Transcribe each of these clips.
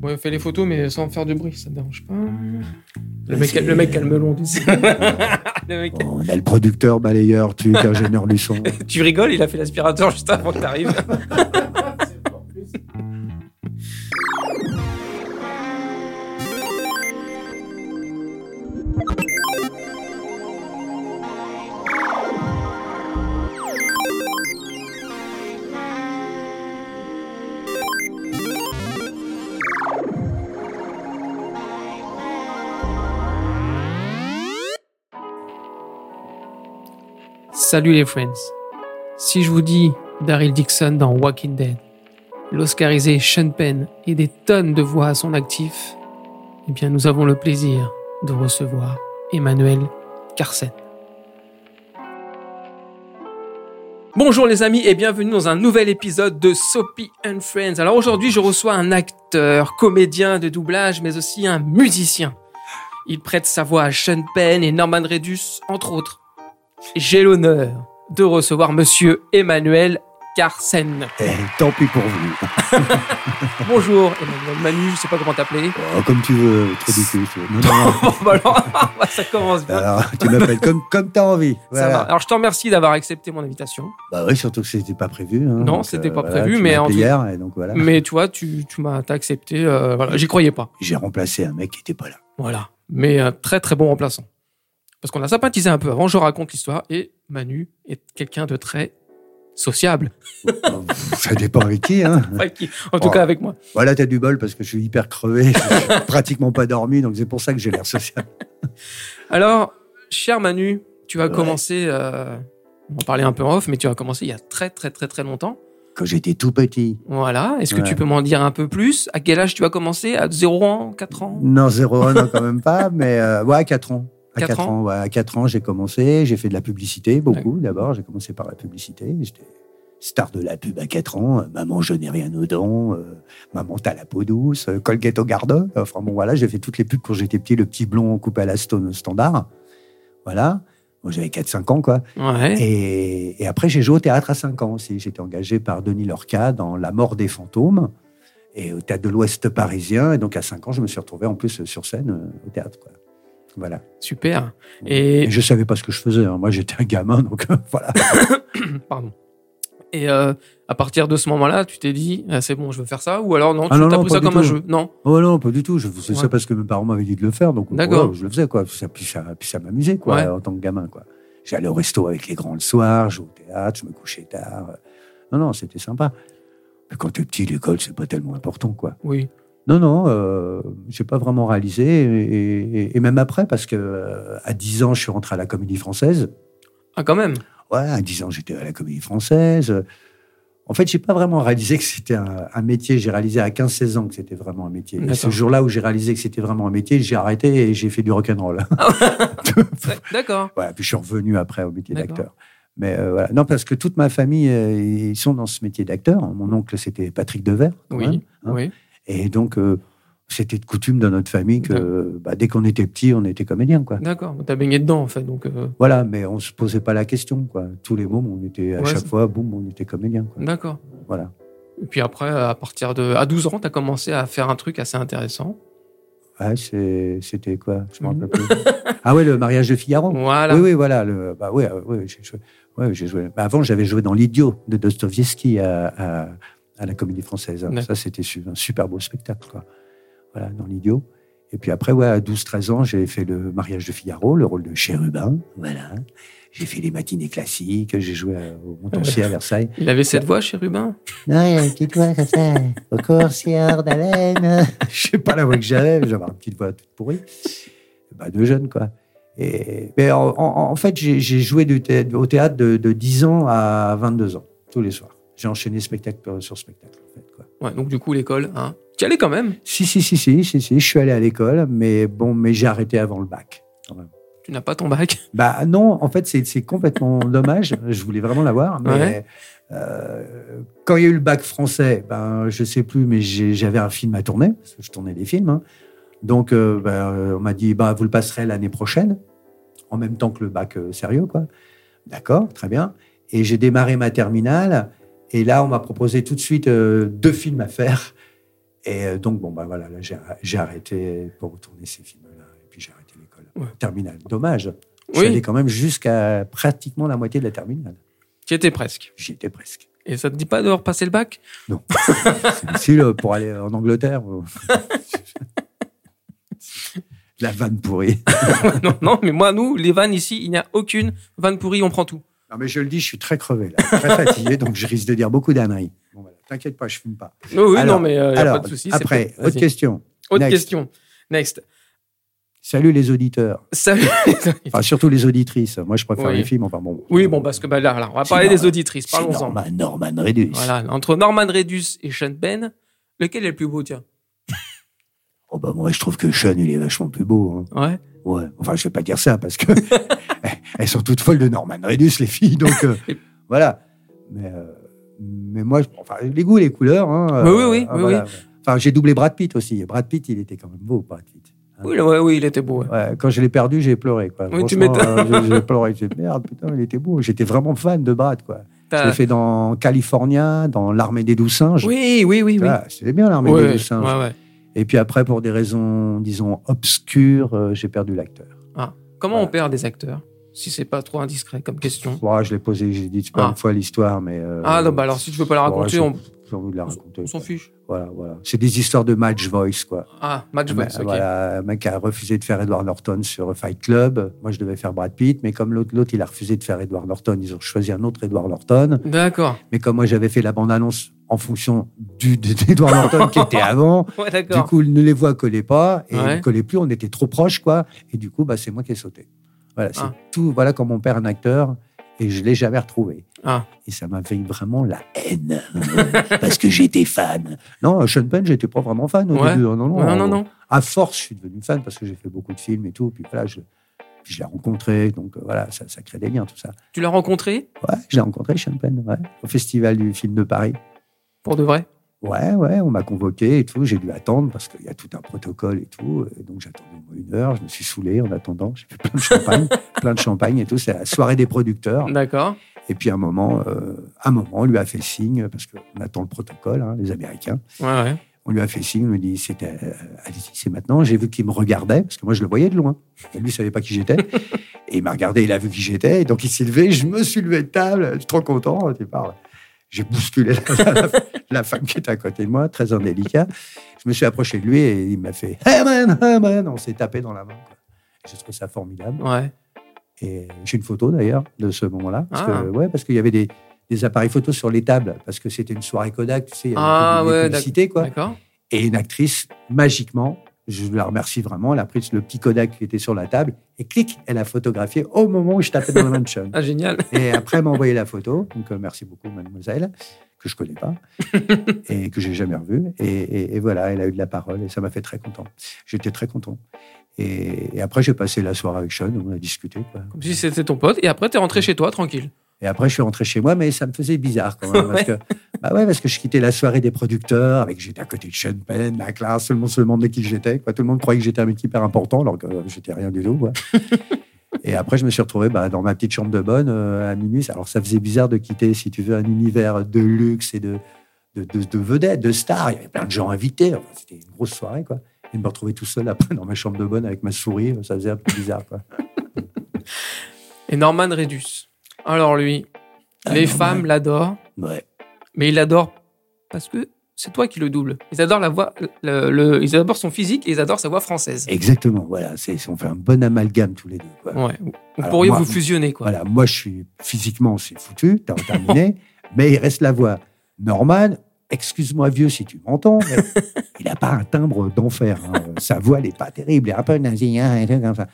Bon, on fait les photos, mais sans faire de bruit, ça ne dérange pas. Le mec, c'est- le mec calme-long, tu sais. Le mec- On a le producteur, balayeur, tu ingénieur du son. tu rigoles, il a fait l'aspirateur juste avant que t'arrives. Salut les friends. Si je vous dis Daryl Dixon dans Walking Dead, l'oscarisé Sean Penn et des tonnes de voix à son actif, eh bien nous avons le plaisir de recevoir Emmanuel Carsen. Bonjour les amis et bienvenue dans un nouvel épisode de Soapy and Friends. Alors aujourd'hui, je reçois un acteur, comédien de doublage, mais aussi un musicien. Il prête sa voix à Sean Penn et Norman Redus, entre autres. J'ai l'honneur de recevoir monsieur Emmanuel Carsen. Eh, tant pis pour vous. Bonjour Emmanuel Manu, je sais pas comment t'appeler. Oh, comme tu veux, trop du cul. tu veux. Non, non, non. Bon, bah alors, ça commence bien. Alors, tu m'appelles comme, comme tu as envie. Ça va. Euh, Voilà. Alors je te remercie d'avoir accepté mon invitation. Bah oui, surtout que c'était pas prévu. hein. Non, Donc, c'était pas voilà, prévu, tu mais m'as en appelé tout- hier, et donc voilà. Mais tu vois, tu, tu m'as t'as accepté. euh, voilà, j'y croyais pas. J'ai remplacé un mec qui était pas là. Voilà. Mais un très très bon remplaçant. Parce qu'on a sympathisé un peu avant, je raconte l'histoire, et Manu est quelqu'un de très sociable. Bon, Ça dépend avec qui. Hein. Enfin, qui- en tout Oh. cas avec moi. Voilà, t'as du bol parce que je suis hyper crevé. J'ai pratiquement pas dormi, donc c'est pour ça que j'ai l'air social. Alors, cher Manu, tu as Ouais. commencé, euh, on en parlait un peu en off, mais tu as commencé il y a très très très très longtemps. Quand j'étais tout petit. Voilà. Est-ce que Ouais. tu peux m'en dire un peu plus À quel âge tu as commencé À 0 ans 4 ans Non, 0 1 non, quand même pas, mais euh, ouais, à 4 ans. À Quatre 4 ans, ouais, à 4 ans, j'ai commencé, j'ai fait de la publicité, beaucoup d'abord. J'ai commencé par la publicité. J'étais star de la pub à 4 ans. Euh, Maman, je n'ai rien aux dents. euh, maman, t'as la peau douce. euh, Colgate au garde. Enfin bon, voilà, j'ai fait toutes les pubs quand j'étais petit. Le petit blond coupé à la stone au standard. Voilà. Bon, J'avais 4-5 ans, quoi. Ouais. Et, et après, j'ai joué au théâtre à 5 ans aussi. J'étais engagé par Denis Lorca dans La mort des fantômes et au théâtre de l'Ouest parisien. Et donc, à 5 ans, je me suis retrouvé en plus sur scène euh, au théâtre. quoi. Voilà. Super. Et Et je savais pas ce que je faisais. hein. Moi, j'étais un gamin, donc euh, voilà. Pardon. Et euh, à partir de ce moment-là, tu t'es dit, Ah, c'est bon, je veux faire ça, ou alors non, Ah tu non, t'as non, pris pas ça du comme un tout. jeu. Non, Oh non, pas du tout. Je faisais Ouais. ça parce que mes parents m'avaient dit de le faire. Donc, D'accord. voilà, je le faisais, quoi. Puis ça, puis ça, puis ça m'amusait, quoi, Ouais. en tant que gamin, quoi. J'allais au resto avec les grands le soir, je jouais au théâtre, je me couchais tard. Non, non, c'était sympa. Mais quand t'es petit, l'école, c'est pas tellement important, quoi. oui. Non, non, euh, j'ai pas vraiment réalisé. Et, et- et même après, parce que euh, à 10 ans, je suis rentré à la Comédie Française. Ah, quand même. Ouais, à 10 ans, j'étais à la Comédie Française. En fait, j'ai pas vraiment réalisé que c'était un, un métier. J'ai réalisé à 15-16 ans que c'était vraiment un métier. Et D'accord. ce jour-là où j'ai réalisé que c'était vraiment un métier, j'ai arrêté et j'ai fait du rock'n'roll. Ah D'accord. voilà, puis je suis revenu après au métier D'accord. d'acteur. Mais euh, voilà. Non, parce que toute ma famille, euh, ils sont dans ce métier d'acteur. Mon oncle, c'était Patrick Devers. quand Oui, même, hein. oui. Et donc, euh, c'était de coutume dans notre famille que bah, dès qu'on était petit, on était comédien, quoi. D'accord. T'as baigné dedans, en fait. Donc, euh, Voilà, mais on se posait pas la question, quoi. Tous les mômes, on était à Ouais, chaque c'est- fois, boum, on était comédien, quoi. d'accord. Voilà. Et puis après, à partir de. À 12 ans, t'as commencé à faire un truc assez intéressant. Ouais, Ah, c'est- c'était quoi Je me Mhm. rappelle plus. ah ouais, le mariage de Figaro. Voilà. Oui, oui, voilà. Le, bah ouais, euh, ouais, j'ai joué. ouais, j'ai joué. Bah, avant, j'avais joué dans L'Idiot de Dostoevsky à, à- à la Comédie Française. D'accord. Ça, c'était su- un super beau spectacle, quoi. Voilà, dans L'Idiot. Et puis après, ouais, à 12-13 ans, j'ai fait le mariage de Figaro, le rôle de chérubin. Voilà. J'ai fait les matinées classiques, j'ai joué à- au Montancier à Versailles. Il avait cette voix chez Rubin. Non, il y a une petite voix comme ça, au coursière d'haleine. Je sais pas la voix que j'avais, mais j'avais une petite voix toute pourrie. Bah, de jeune, quoi. Et, mais en, en- en fait, j'ai j'ai joué du thé- au théâtre de, de 10 ans à 22 ans, tous les soirs. J'ai enchaîné spectacle sur- sur spectacle, en fait, quoi. Ouais, donc du coup, l'école, hein. Tu y allais quand même. Si, si, si, si, si, si, je suis allé à l'école, mais bon, mais j'ai arrêté avant le bac. quand même. Tu n'as pas ton bac. Bah non, en fait, c'est c'est complètement dommage. Je voulais vraiment l'avoir, mais Ouais. euh, quand il y a eu le bac français, ben je sais plus, mais j'ai- j'avais un film à tourner, parce que je tournais des films. hein. Donc euh, ben, euh, on m'a dit, bah vous le passerez l'année prochaine, en même temps que le bac euh, sérieux, quoi. D'accord, très bien. Et j'ai démarré ma terminale, et là on m'a proposé tout de suite euh, deux films à faire. Et euh, donc, bon, bah voilà, là, j'ai j'ai arrêté pour retourner ces films-là. Et puis, j'ai arrêté l'école. Ouais. Terminale. Dommage. Je Oui. suis allé quand même jusqu'à pratiquement la moitié de la terminale. Tu étais presque. J'y étais presque. Et ça te dit pas de repasser le bac si, là, euh, pour aller en Angleterre. euh, la vanne pourrie. Non, non, mais moi, nous, les vannes ici, il n'y a aucune vanne pourrie, on prend tout. Non, mais je le dis, je suis très crevé, là, très fatigué, donc je risque de dire beaucoup d'âneries. Bon, voilà. T'inquiète pas, je fume pas. Oui, oui, Alors, non, mais il n'y a Alors, pas de souci. c'est après, pas- autre vas-y. question. Autre next. question. Next. Salut les auditeurs. Salut. Enfin, surtout les auditrices. Moi, je préfère Oui. les films. Enfin, bon. Oui, bon, parce que bah, là, là, on va C'est parler des normal. auditrices, C'est parlons-en. Norman, Norman Redus. Voilà, entre Norman Redus et Sean Penn, lequel est le plus beau, tiens Oh, bah, moi, je trouve que Sean, il est vachement plus beau. hein. Ouais. Ouais. Enfin, je vais pas dire ça parce que elles sont toutes folles de Norman Redus, les filles. Donc, euh, voilà. Mais, euh, mais moi, je- enfin, les goûts, les couleurs. hein, Oui, oui, oui, ah, oui, voilà. Enfin, j'ai doublé Brad Pitt aussi. Et Brad Pitt, il était quand même beau, Brad Pitt. Hein. Oui, là, ouais, oui, il était beau. ouais. Ouais, quand je l'ai perdu, j'ai pleuré. Quoi. Oui, tu Franchement, euh, j'ai j'ai pleuré. J'ai dit, merde, putain, il était beau. J'étais vraiment fan de Brad. Quoi. Je l'ai T'as- fait dans California, dans L'Armée des Douze Singes. Ah. Oui, oui, oui, oui. Ah, C'était bien L'Armée Ouais, des Douze Singes. ouais, ouais. Et puis après, pour des raisons, disons, obscures, euh, j'ai perdu l'acteur. Comment on Voilà. perd des acteurs Si c'est pas trop indiscret comme question. Ouais, je l'ai posé, j'ai dit, c'est pas Hein Ah. une fois l'histoire, mais. euh, Ah non, bah alors si tu veux pas la ouais, raconter, j'ai- on, J'ai envie de la on s- raconter. on s'en fiche. Voilà, voilà. C'est des histoires de match voice, quoi. Ah, match Mais, box, ok. bah, voilà, un mec a refusé de faire Edward Norton sur Fight Club. Moi, je devais faire Brad Pitt, mais comme l'autre, l'autre, il a refusé de faire Edward Norton, ils ont choisi un autre Edward Norton. D'accord. Mais comme moi, j'avais fait la bande-annonce en fonction du d'Edward Norton qui était avant, Ouais, du d'accord. coup, ne les voix collaient pas et Ouais. ne collaient plus. On était trop proches, quoi. Et du coup, bah, c'est moi qui ai sauté. Voilà, c'est Ah. tout. Voilà comment on perd un acteur et je l'ai jamais retrouvé. Ah. Et ça m'a fait vraiment la haine euh, parce que j'étais fan. Non, Sean Penn, j'étais pas vraiment fan au Ouais. début. Non, non, Ouais, non, non, non. à force, je suis devenu fan parce que j'ai fait beaucoup de films et tout. Puis voilà, je, puis je l'ai rencontré. Donc euh, voilà, ça, ça crée des liens, tout ça. Tu l'as rencontré Ouais, je l'ai rencontré, Sean Penn, ouais, au Festival du film de Paris. pour de vrai Ouais, ouais, on m'a convoqué et tout. J'ai dû attendre parce qu'il y a tout un protocole et tout. Et donc j'attendais au moins une heure. Je me suis saoulé en attendant. J'ai fait plein de champagne, plein de champagne et tout. C'est la soirée des producteurs. D'accord. Et puis à un moment, euh, un moment, on lui a fait signe parce qu'on attend le protocole, hein, les Américains. Ouais, ouais. On lui a fait signe, il me dit c'était, euh, allez-y, c'est maintenant. J'ai vu qu'il me regardait, parce que moi je le voyais de loin. Et lui, il savait pas qui j'étais. Et il m'a regardé, il a vu qui j'étais. Et donc il s'est levé, je me suis levé de table, je suis trop content. au départ. J'ai bousculé la, la- la femme qui était à côté de moi, très indélicat. Je me suis approché de lui et il m'a fait Hey man, hey man On s'est tapé dans la main. quoi. J'ai trouvé ça formidable. Ouais. Et j'ai une photo d'ailleurs de ce moment-là. Parce Ah. que, ouais, parce qu'il y avait des, des appareils photos sur les tables, parce que c'était une soirée Kodak, tu sais, il y avait Ah, des ouais, publicités, quoi. D'accord. Et une actrice, magiquement, je la remercie vraiment, elle a pris le petit Kodak qui était sur la table et clic, elle a photographié au moment où je tapais dans le mansion. Ah, génial. Et après, elle m'a envoyé la photo. Donc, euh, merci beaucoup, mademoiselle, que je connais pas et que j'ai jamais revue. Et, et- et voilà, elle a eu de la parole et ça m'a fait très content. J'étais très content. Et, et après, j'ai passé la soirée avec Sean, on a discuté. quoi. Comme si c'était ton pote. Et après, t'es rentré chez toi, tranquille. Et après, je suis rentré chez moi, mais ça me faisait bizarre quand même. Parce, que, bah ouais, parce que je quittais la soirée des producteurs, avec j'étais à côté de Sean Penn, la classe, tout le monde se demandait qui j'étais. quoi. Tout le monde croyait que j'étais un mec hyper important, alors que euh, j'étais rien du tout. quoi. Et après, je me suis retrouvé bah, dans ma petite chambre de bonne euh, à minuit. Alors, ça faisait bizarre de quitter, si tu veux, un univers de luxe et de, de, de, de vedettes, de stars. Il y avait plein de gens invités. Enfin, C'était une grosse soirée. quoi. Et de me retrouver tout seul après dans ma chambre de bonne avec ma souris, euh, ça faisait un peu bizarre. Quoi. Et Norman Redus. Alors, lui, les Ah, Norman. femmes l'adorent, Ouais. mais ils l'adorent parce que c'est toi qui le double. Ils adorent la voix, le, le- ils adorent son physique et ils adorent sa voix française. Exactement. Voilà, C'est- on fait un bon amalgame tous les deux. Quoi. Ouais. Vous euh, Alors, pourriez moi- vous fusionner, quoi. Voilà, moi, je suis physiquement, c'est foutu, t'as terminé, mais il reste la voix. Norman, excuse-moi, vieux, si tu m'entends, mais il n'a pas un timbre d'enfer. hein. Sa voix, elle n'est pas terrible, elle est un peu nazi, hein, et tout comme ça.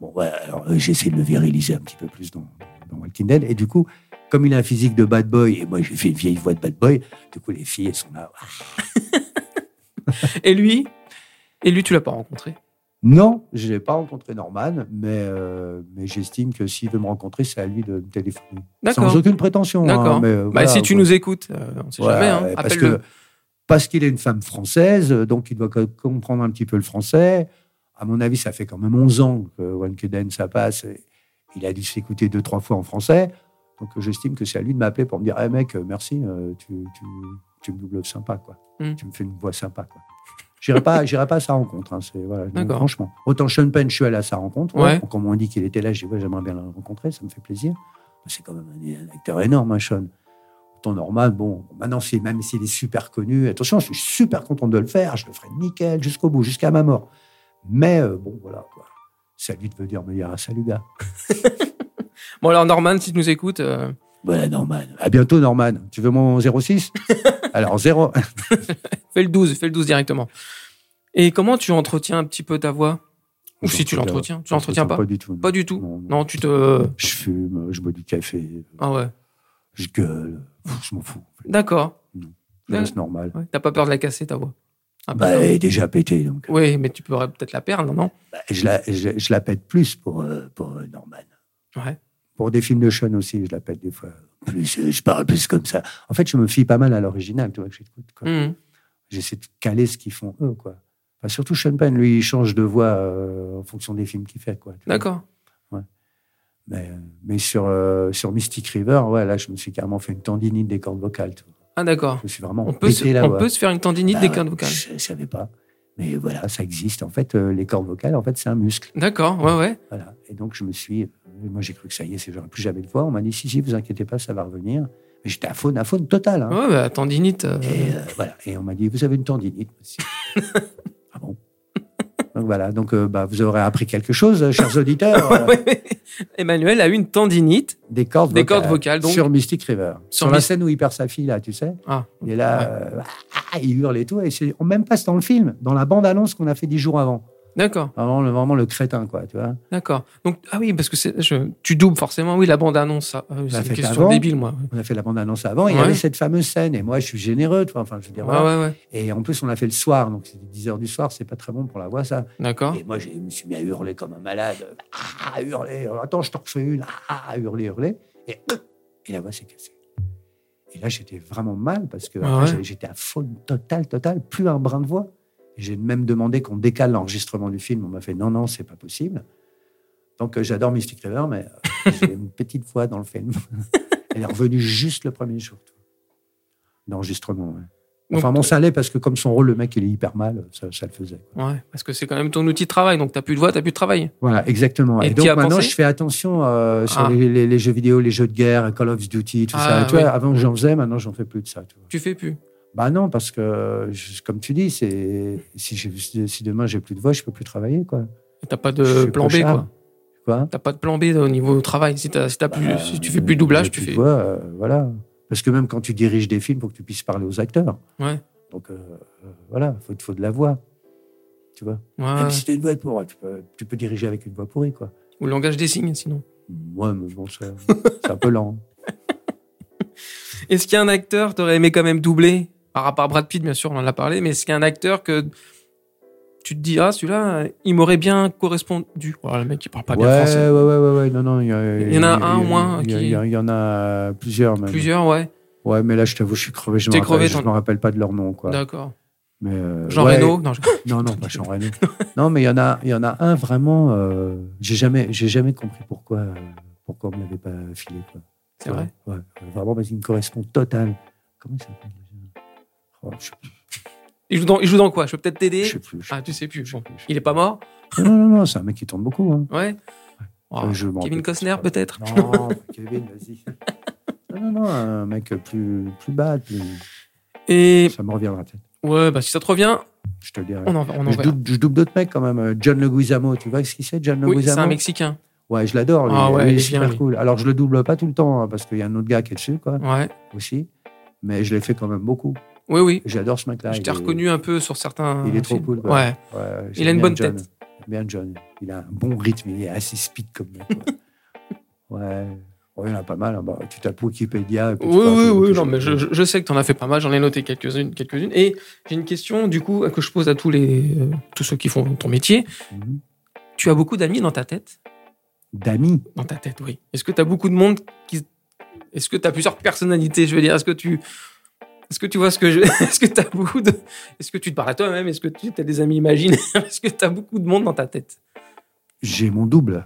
Bon, ouais, alors, euh, j'essaie de le viriliser un petit peu plus dans, dans Walking Dead. Et du coup, comme il a un physique de bad boy, et moi, j'ai fait une vieille voix de bad boy, du coup, les filles, elles sont là. Ah. Et lui, et lui, tu l'as pas rencontré. Non, je n'ai pas rencontré Norman, mais, euh, mais j'estime que s'il veut me rencontrer, c'est à lui de me téléphoner. Sans D'accord. aucune prétention. hein, D'accord. mais, euh, Bah, voilà, si tu quoi. nous écoutes, euh, on sait Ouais, jamais. Hein. ouais, parce Appelle-le. que parce qu'il est une femme française, euh, donc il doit co- comprendre un petit peu le français. À mon avis, ça fait quand même 11 ans que Wankeden, ça passe. et Il a dû s'écouter deux, trois fois en français. Donc euh, j'estime que c'est à lui de m'appeler pour me dire Eh mec, euh, merci, euh, tu, tu, tu me doubles sympa, quoi. Mm. Tu me fais une voix sympa, quoi. J'irai pas, j'irai pas à sa rencontre. hein, c'est- voilà, donc, D'accord. franchement, autant Sean Penn, je suis allé à sa rencontre. Ouais. Quand on m'a dit qu'il était là, j'ai dit ouais, j'aimerais bien le rencontrer, ça me fait plaisir. C'est quand même un, un acteur énorme, hein, Sean. Autant normal, bon, maintenant, c'est- même s'il est super connu, attention, je suis super content de le faire, je le ferai nickel jusqu'au bout, jusqu'à ma mort. Mais euh, bon, voilà, quoi. Salut de veut dire meilleur à salut, gars. Bon, alors, Norman, si tu nous écoutes, euh, Voilà, Norman. À bientôt, Norman. Tu veux mon 06 Alors, 0. fais le 12, fais le 12 directement. Et comment tu entretiens un petit peu ta voix Ou si tu l'entretiens Tu l'entretiens pas Pas du tout. Pas du tout. Non, non. Non, euh. tu te. Je fume, je bois du café, Ah ouais. je gueule. Pff, je m'en fous. D'accord. Je Ouais. reste normal. Ouais. T'as pas peur de la casser, ta voix Ah Bah, elle est déjà pétée, donc. Oui, mais tu pourrais peut-être la perdre, non Bah, je, la, je, je la pète plus pour, euh, pour euh, Norman. Ouais. Pour des films de Sean aussi, je la pète des fois. Plus, euh, je parle plus comme ça. Mm. En fait, je me fie pas mal à l'original, tu vois, que j'écoute. quoi. Mhm. J'essaie de caler ce qu'ils font eux, quoi. Enfin, surtout Sean Penn, lui, il change de voix euh, en fonction des films qu'il fait, quoi. tu vois. D'accord. Mais, euh, mais sur, euh, sur Mystic River, ouais, là, je me suis carrément fait une tendinite des cordes vocales. tu vois. Ah d'accord. Je me suis vraiment On peut, se, pété la on voix. peut se faire une tendinite Bah des ouais, cordes vocales. Je ne savais pas. Mais voilà, ça existe. En fait, euh, les cordes vocales, en fait, c'est un muscle. D'accord, ouais, ouais. Voilà. Et donc, je me suis. euh, Moi, j'ai cru que ça y est, c'est j'aurais plus jamais de voix. On m'a dit, si, si, vous inquiétez pas, ça va revenir. Mais j'étais à faune, à faune totale. hein. Ouais, bah, tendinite. euh, Et, euh, voilà. Et on m'a dit, vous avez une tendinite. aussi. ah bon Donc voilà, donc euh, bah, vous aurez appris quelque chose, euh, chers auditeurs, euh, Emmanuel a eu une tendinite. des cordes Des vocales, cordes vocales, donc. sur Mystic River. Sur, Sur la Myst- scène où il perd sa fille, là, tu sais. Ah, Il est là, euh, ah, il hurle et tout. Et c'est- on même passe dans le film, dans la bande-annonce qu'on a fait dix jours avant. d'accord, Vraiment, le, vraiment le crétin, quoi, tu vois. d'accord. Donc, ah oui, parce que c'est- je, tu doubles forcément, oui, la bande-annonce. ça. Euh, c'est une fête question avant. débile, moi. On a fait la bande-annonce avant. et Il y Ouais. avait cette fameuse scène. Et moi, je suis généreux, tu vois. Enfin, je veux dire, Ouais, voilà. ouais, ouais. Et en plus, on l'a fait le soir. Donc, c'était 10 heures du soir. C'est pas très bon pour la voix, ça. D'accord. Et moi, je me suis mis à hurler comme un malade. Ah, hurler. Attends, je t'en refais une. Ah, hurler, hurler. Et, euh, et la voix s'est cassée. Et là, j'étais vraiment mal parce que Ah après, ouais. j'avais- j'étais à faune totale, totale, plus un brin de voix. J'ai même demandé qu'on décale l'enregistrement du film. On m'a fait non, non, c'est pas possible. Donc, euh, j'adore Mystic River, mais euh, j'ai une petite voix dans le film. Elle est revenue juste le premier jour. tu vois. L'enregistrement, ouais. Enfin, Donc, euh, bon, ça allait parce que comme son rôle, le mec, il est hyper mal, ça, ça le faisait. Ouais, parce que c'est quand même ton outil de travail, donc t'as plus de voix, t'as plus de travail. Voilà, exactement. Et t'y Et, donc as maintenant, pensé je fais attention euh, sur Ah. les, les- les jeux vidéo, les jeux de guerre, Call of Duty, tout Ah, ça. Tu vois, oui. avant, j'en faisais, maintenant, j'en fais plus de ça. tu vois. Tu fais plus. Bah non, parce que, je- comme tu dis, c'est si, j'ai- si demain j'ai plus de voix, je peux plus travailler, quoi. Et T'as pas Je de suis plan B, pochard. quoi. Quoi T'as pas de plan B au niveau travail. Si, t'as- si, t'as plus, Bah, si tu fais plus de doublage, j'ai tu plus de fais. voix, euh, voilà. Parce que même quand tu diriges des films, faut que tu puisses parler aux acteurs. Ouais. Donc euh, euh, voilà, faut, faut de la voix. Tu vois. Ouais. Même si t'as une voix pourrie, tu peux, tu peux diriger avec une voix pourrie, quoi. Ou le langage des signes, sinon. Ouais, mais bon, ça- c'est un peu lent. hein. Est-ce qu'il y a un acteur, t'aurais aimé quand même doubler Par rapport à Brad Pitt, bien sûr, on en a parlé, mais est-ce qu'il y a un acteur que tu te dis, ah, celui-là, il m'aurait bien correspondu Oh, Le mec, il parle pas bien ouais, français. Ouais, ouais, ouais, ouais, non, non. Il y, a- Il y en a un au il y moins Il y, a- qui- il y a- il y en a plusieurs, même. Plusieurs, ouais. Ouais, mais là, je t'avoue, je suis crevé. Je T'es me crevé, rappelle, je t'en- me rappelle pas de leur nom, quoi. D'accord. Mais, euh, Jean ouais, Reno Non, je- Non, non, pas Jean Reno. non, mais il y en a, il y en a un vraiment. euh, j'ai jamais, j'ai jamais compris pourquoi, euh, pourquoi on me l'avait pas filé, quoi. c'est Ouais, vrai. Ouais, ouais, vraiment, parce qu'il me correspond total. Comment il s'appelle déjà Oh, Je sais plus. Il joue dans, il joue dans quoi Je peux peut-être Je t'aider sais plus. je sais Ah, tu sais plus. plus, je bon. sais plus, je sais Il est plus. pas mort Non, non, non, c'est un mec qui tourne beaucoup. Hein. Ouais. Oh, Je m'en Kevin rappelle plus, Costner, je crois. peut-être Non, Kevin, vas-y. Non, non, non, un mec plus, plus bas, plus- Et ça me reviendra peut-être. ouais, bah, si ça te revient, Je te le dirai. on en, on en je, verra. double, je double d'autres mecs quand même. John Leguizamo, tu vois ce qu'il c'est, John Oui, c'est Leguizamo un Mexicain. Ouais, je l'adore. lui. Ah ouais, Lui, il il est est bien, super lui. cool. Alors, je le double pas tout le temps hein, parce qu'il y a un autre gars qui est dessus, quoi, Ouais. aussi. Mais je l'ai fait quand même beaucoup. Oui, oui. J'adore ce mec-là. je il t'ai est- reconnu un peu sur certains. il est trop films. cool, quoi. Ouais. Ouais, ouais, Il j'aime a une bien bonne John. tête. J'aime Bien John. Il a un bon rythme, il est assez speed comme mec. quoi. ouais. Ouais, il y en a pas mal. hein. Bah, tu tapes Wikipédia. et puis tu Oui, vois un oui, peu oui, tout non, ça. mais je, je- je sais que tu en as fait pas mal, j'en ai noté quelques-unes. Quelques et j'ai une question, du coup, que je pose à tous, les, euh, tous ceux qui font ton métier. Mhm. Tu as beaucoup d'amis dans ta tête D'amis. Dans ta tête, oui. Est-ce que tu as beaucoup de monde qui. Est-ce que tu as plusieurs personnalités Je veux dire, est-ce que tu. Est-ce que tu vois ce que je. Est-ce que tu as beaucoup de. Est-ce que tu te parles à toi-même Est-ce que tu as des amis imaginaires Est-ce que tu as beaucoup de monde dans ta tête J'ai mon double.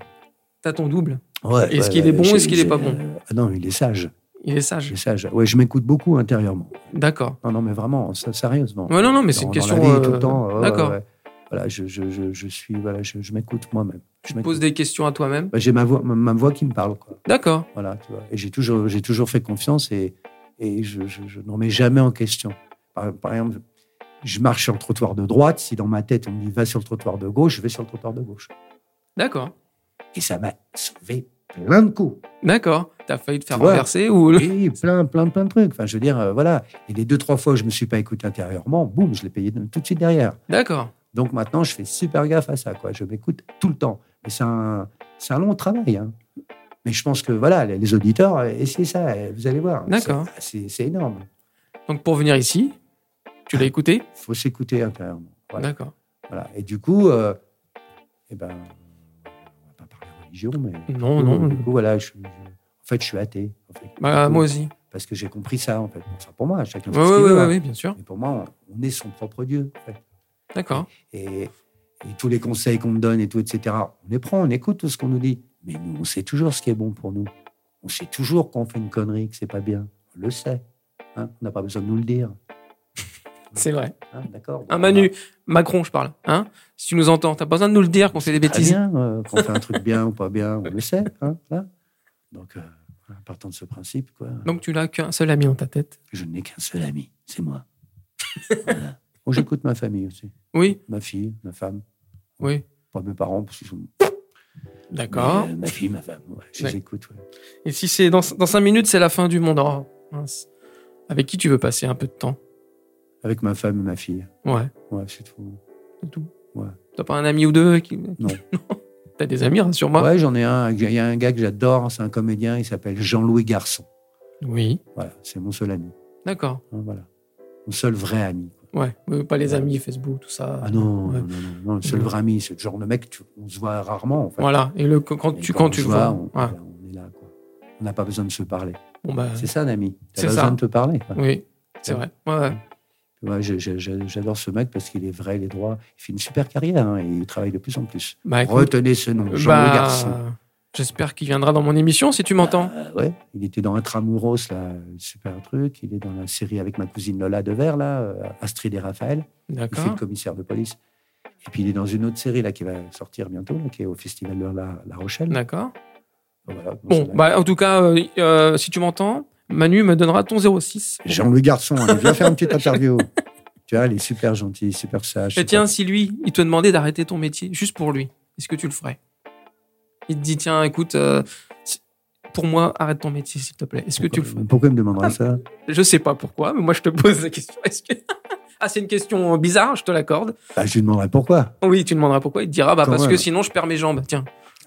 Tu as ton double Ouais, Est-ce qu'il est bon, est-ce qu'il est pas bon euh, ah Non, il est sage. Il est sage. C'est ça, je, ouais, je m'écoute beaucoup intérieurement. D'accord. Non, non, mais vraiment, ça, sérieusement. Ouais, non, non, mais c'est Dans- une question, Dans la vie, euh, tout le temps. ouais, d'accord. ouais, ouais. Voilà, je, je, je, je suis, voilà, je, je m'écoute moi-même. Je Tu te m'écoute. poses des questions à toi-même. Bah, j'ai ma voix, ma, ma voix qui me parle, quoi. D'accord. Voilà, tu vois. Et j'ai toujours, j'ai toujours fait confiance et, et je, je, je n'en mets jamais en question. Par, par exemple, je marche sur le trottoir de droite. Si dans ma tête on me dit va sur le trottoir de gauche, je vais sur le trottoir de gauche. D'accord. Et ça m'a sauvé plein de coups. D'accord. T'as failli te faire Tu vois. renverser ou. Oui, plein, plein, plein de trucs. Enfin, je veux dire, euh, voilà. Et les deux, trois fois où je me suis pas écouté intérieurement, boum, je l'ai payé tout de suite derrière. D'accord. Donc maintenant, je fais super gaffe à ça. Quoi. Je m'écoute tout le temps. Mais c'est un, c'est un long travail. hein. Mais je pense que voilà, les, les auditeurs, euh, essayez ça. euh, Vous allez voir. D'accord. C'est, c'est- c'est énorme. Donc pour venir ici, tu l'as écouté Il faut s'écouter intérieurement. Voilà. D'accord. Voilà. Et du coup, euh, eh ben, on va pas parler religion, mais. Non, non. Du coup, voilà, je, je- en fait, je suis athée. en fait. Bah, moi aussi. Parce que j'ai compris ça, en fait. Enfin, pour moi, chacun fait Oui, ce oui, qu'il oui, veut, hein. bien sûr. Mais pour moi, on, on est son propre Dieu. en fait. D'accord. et, et tous les conseils qu'on me donne et tout, etc. On les prend, on écoute tout ce qu'on nous dit. Mais nous, on sait toujours ce qui est bon pour nous. On sait toujours quand on fait une connerie, que c'est pas bien. On le sait. hein. on n'a pas besoin de nous le dire. C'est vrai. hein, D'accord. Un Ah, Manu, Macron, je parle. Hein si tu nous entends, t'as pas besoin de nous le dire qu'on fait des Très bêtises. bien. euh, quand on fait un truc bien ou pas bien, on le sait. hein, voilà. Donc, euh, voilà, partant de ce principe, quoi, Donc tu n'as qu'un seul ami en ta tête. je n'ai qu'un seul ami, c'est moi. Voilà. Bon, J'écoute ma famille aussi. Oui, Ma fille, ma femme. oui. Pas mes parents, parce qu'ils sont. D'accord. Mais, euh, ma fille, ma femme. ouais, je les Ouais. écoute. ouais. Et si c'est dans, dans cinq minutes, c'est la fin du monde. Oh, mince. Avec qui tu veux passer un peu de temps Avec ma femme et ma fille. Ouais, Ouais, c'est tout. c'est tout. Ouais. T'as pas un ami ou deux qui... Non. T'as des amis, rassure-moi. Ouais, j'en ai un. Il y a un gars que j'adore, hein, c'est un comédien, il s'appelle Jean-Louis Garçon. Oui. Voilà, c'est mon seul ami. D'accord. Hein, Voilà. Mon seul vrai ami. quoi. Ouais. Mais Pas les amis, Facebook, tout ça. Ah non, Ouais. non, non, non, non, le seul Non. vrai ami, c'est le genre de mec, tu- on se voit rarement. En fait. Voilà. Et le, quand Et tu, quand on tu se le voit, vois. on, ouais. voilà, on est là. quoi. On n'a pas besoin de se parler. Bon, bah, C'est ça, un ami. T'as C'est besoin ça. de te parler. quoi. oui, c'est vrai. Ouais, ouais. Tu vois, j'ai- j'ai- j'ai- J'adore ce mec parce qu'il est vrai, il est droit. Il fait une super carrière hein, et il travaille de plus en plus. Bah, écoute, Retenez ce nom, Jean-Louis bah, Garçon. J'espère qu'il viendra dans mon émission si tu m'entends. Euh, ouais, il était dans Intramuros, là, super truc. Il est dans la série avec ma cousine Lola Devers, là, euh, Astrid et Raphaël. Il fait D'accord. le commissaire de police. Et puis il est dans une autre série là qui va sortir bientôt, là, qui est au festival de la, La Rochelle. D'accord. Voilà, bon, Bon, ça va. bah, en tout cas, euh, euh, si tu m'entends, Manu me donnera ton 06. Jean-Louis Garçon, allez, viens faire une petite interview. Tu vois, il est super gentil, super sage. Et super- Eh, tiens, si lui, il te demandait d'arrêter ton métier juste pour lui, est-ce que tu le ferais Il te dit, tiens, écoute, euh, si- pour moi, arrête ton métier, s'il te plaît. Est-ce que tu Ah. le ferais pourquoi, pourquoi il me demanderait ça Je sais pas pourquoi, mais moi, je te pose la question. Est-ce que... ah, c'est une question bizarre, je te l'accorde. Oh bah, Je lui demanderais pourquoi. Oui, tu demanderas pourquoi. Il te dira, bah, Quand parce que même. sinon, je perds mes jambes. Tiens.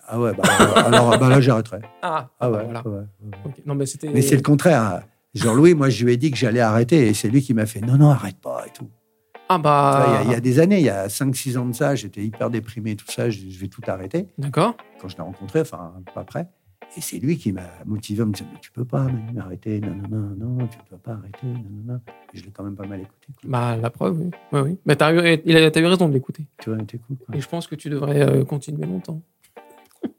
Ah ouais, bah, alors bah, là j'arrêterai. Ah, Ah ouais, voilà. ouais. ok. Non, mais c'était. Mais c'est le contraire. Jean-Louis, moi je lui ai dit que j'allais arrêter et c'est lui qui m'a fait non, non, arrête pas et tout. Ah, Tu vois, Il y, bah. a- il y a des années, il y a 5-6 ans de ça, j'étais hyper déprimé, tout ça, je, je vais tout arrêter. D'accord. Quand je l'ai rencontré, enfin, pas après. Et c'est lui qui m'a motivé en me disant Mais tu peux pas, Manu, arrêter, non, non, non, non, tu dois pas arrêter, non, non, non. Et je l'ai quand même pas mal écouté. quoi. Bah, la preuve, oui. Oui, oui. Mais t'as eu, il a- t'as eu raison de l'écouter. Tu vois, t'es cool. quoi. Et je pense que tu devrais euh, continuer longtemps.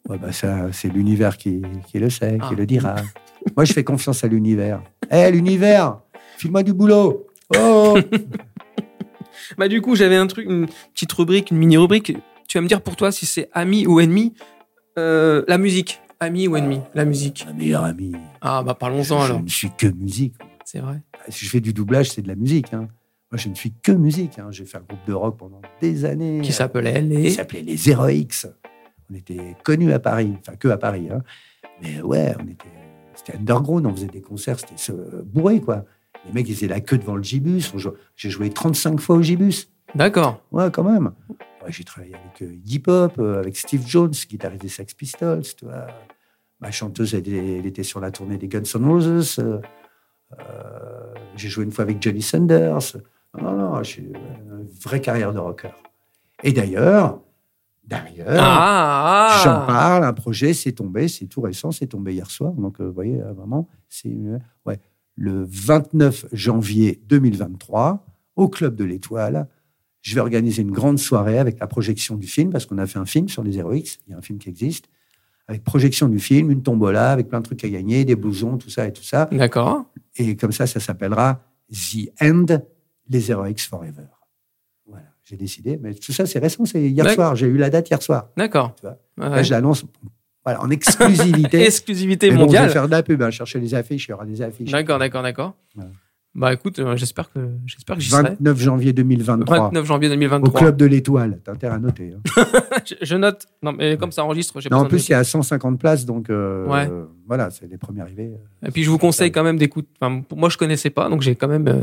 Ouais, bah, ça, c'est l'univers qui, qui le sait, Ah. qui le dira. Moi, je fais confiance à l'univers. Hé, l'univers, file-moi du boulot. Oh Bah, du coup, j'avais un truc, une petite rubrique, une mini-rubrique. Tu vas me dire pour toi si c'est ami ou ennemi. Euh, la musique. Ami ou ennemi La musique. Ma meilleure amie. Ah, bah, Je, parlons-en je alors. ne suis que musique. C'est vrai. Si je fais du doublage, c'est de la musique. hein. Moi, je ne suis que musique. hein. J'ai fait un groupe de rock pendant des années. Qui s'appelait Il les. s'appelait les Zero X. On était connus à Paris, enfin que à Paris. hein. Mais ouais, on était, c'était underground, on faisait des concerts, c'était euh, bourré quoi. Les mecs, ils faisaient la queue devant le Gibus. On jou- J'ai joué 35 fois au Gibus. D'accord. Ouais, quand même. Ouais, j'ai travaillé avec euh, Iggy Pop, euh, avec Steve Jones, guitariste des Sex Pistols. Tu vois. Ma chanteuse, elle, est- elle était sur la tournée des Guns N' Roses. euh, euh, j'ai joué une fois avec Johnny Sanders. Non, non, non, j'ai euh, une vraie carrière de rocker. Et d'ailleurs, d'ailleurs, Ah, ah. j'en parle, un projet, c'est tombé, c'est tout récent, c'est tombé hier soir. Donc, euh, vous voyez, euh, vraiment, c'est une- ouais, le 29 janvier 2023, au Club de l'Étoile, je vais organiser une grande soirée avec la projection du film, parce qu'on a fait un film sur les 0X, il y a un film qui existe, avec projection du film, une tombola, avec plein de trucs à gagner, des blousons, tout ça et tout ça. D'accord. Et comme ça, ça s'appellera The End, les 0x Forever. Voilà, j'ai décidé. Mais tout ça, c'est récent, c'est hier D'accord. soir. J'ai eu la date hier soir. D'accord. Tu vois. Ouais. Là, je l'annonce voilà, en exclusivité. Exclusivité Mais bon, je mondiale. vais faire de la pub, hein, chercher les affiches, il y aura des affiches. D'accord, d'accord, d'accord. Voilà. Bah écoute, euh, j'espère que j'espère que j'y serai. 29 janvier 2023. 29 janvier Au 2023. Club de l'Étoile. T'as intérêt à noter. hein. Je, je note. Non, mais comme ça enregistre, j'ai Non, besoin en de- plus, il y a 150 places, donc euh, Ouais. euh, voilà, c'est les premiers arrivés. Et puis je vous conseille quand même d'écouter. Enfin, pour- moi, je connaissais pas, donc j'ai quand même euh,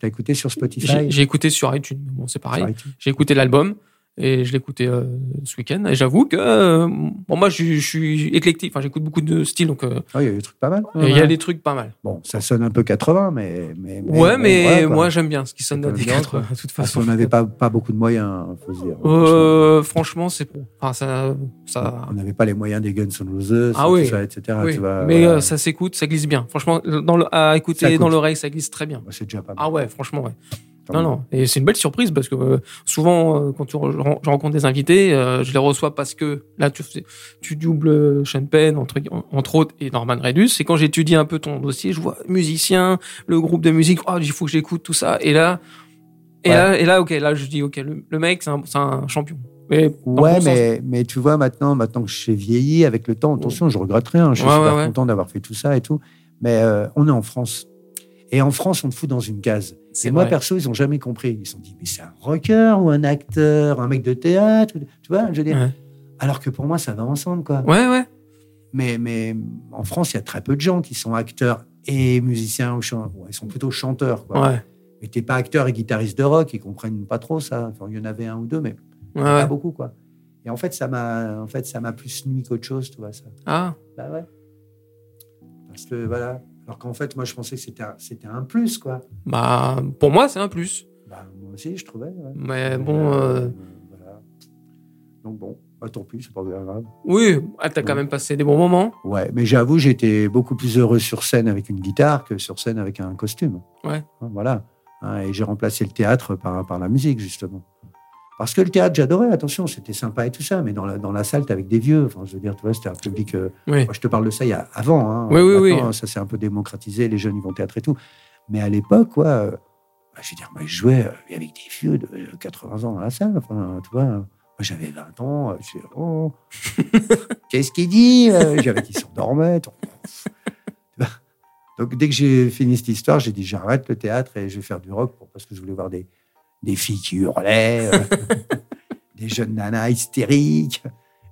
T'as écouté sur Spotify j'ai j'ai écouté sur iTunes. Bon, c'est pareil. sur iTunes J'ai écouté l'album et je l'écoutais euh, ce week-end. Et j'avoue que euh, bon, moi, je, je suis éclectique. Enfin, j'écoute beaucoup de styles, donc euh, Ah, Il y a eu des trucs pas mal. il y a des trucs pas mal. Bon, ça sonne un peu 80, mais. mais Ouais, mais voilà, quoi. moi, j'aime bien ce qui sonne C'est dans comme les bien, quatre. quoi. De toute Parce façon, qu'on n'avait pas, pas beaucoup de moyens, hein, faut se dire. Euh, franchement, c'est enfin, ça, ça. On n'avait pas les moyens des Guns N' Roses, Ah tout oui. ça, etc. oui. tu vois, mais voilà. euh, ça s'écoute, ça glisse bien. Franchement, dans le- à Ça écouter dans coûte. l'oreille, ça glisse très bien. Bah, c'est déjà pas mal. Ah ouais, franchement, ouais. Tant Non, mieux. non. Et c'est une belle surprise parce que euh, souvent, euh, quand tu re- je rencontre des invités, euh, je les reçois parce que là, tu, fais- tu doubles euh, Sean Penn, entre, entre autres, et Norman Redus. Et quand j'étudie un peu ton dossier, je vois musicien, le groupe de musique, oh, il faut que j'écoute tout ça. Et là, et, Ouais. là, et là, ok, là, je dis, ok, le, le mec, c'est un, c'est un champion. Mais dans le Ouais, bon sens. mais, mais tu vois, maintenant, maintenant que j'ai vieilli avec le temps, attention, je regrette rien. Je suis Ouais, super ouais, ouais. content d'avoir fait tout ça et tout. Mais euh, on est en France. Et en France, on te fout dans une case. C'est Et moi, vrai. perso, ils n'ont jamais compris. Ils se sont dit, mais c'est un rocker ou un acteur, un mec de théâtre. ou- Tu vois, je veux dire. Ouais. Alors que pour moi, ça va ensemble, quoi. Ouais, ouais. Mais, mais en France, il y a très peu de gens qui sont acteurs et musiciens. Ou chan- ouais, ils sont plutôt chanteurs, quoi. Ouais. Mais t'es pas acteur et guitariste de rock, ils comprennent pas trop ça. Enfin, il y en avait un ou deux, mais Ouais, pas ouais. beaucoup quoi. Et en fait, ça m'a, en fait, ça m'a plus nuit qu'autre chose, tu vois ça. Ah, Bah ouais. Parce que voilà. Alors qu'en fait, moi, je pensais que c'était un, c'était un plus quoi. bah, pour moi, c'est un plus. Bah moi aussi, je trouvais. ouais. Mais bon, euh, Voilà. Donc bon, bah, tant pis, c'est pas bien grave. oui, ah, t'as quand même passé des bons moments. Ouais, mais j'avoue, j'étais beaucoup plus heureux sur scène avec une guitare que sur scène avec un costume. Ouais. Hein, Voilà. Hein, Et j'ai remplacé le théâtre par, par la musique, justement. Parce que le théâtre, j'adorais, attention, c'était sympa et tout ça, mais dans la, dans la salle, t'es avec des vieux. Enfin, je veux dire, tu vois, c'était un public. euh, Oui. moi, je te parle de ça il y a avant. hein. Oui, oui, oui. Maintenant, Ça s'est un peu démocratisé, les jeunes, ils vont au théâtre et tout. Mais à l'époque, quoi, euh, bah, je veux dire, moi, je jouais euh, avec des vieux de euh, 80 ans dans la salle. Enfin, tu vois, moi, j'avais 20 ans, euh, je dis, oh, qu'est-ce qu'il dit euh, J'avais qui s'endormait. tout. Donc, dès que j'ai fini cette histoire, j'ai dit, j'arrête le théâtre et je vais faire du rock pour- parce que je voulais voir des, des filles qui hurlaient, euh, des jeunes nanas hystériques.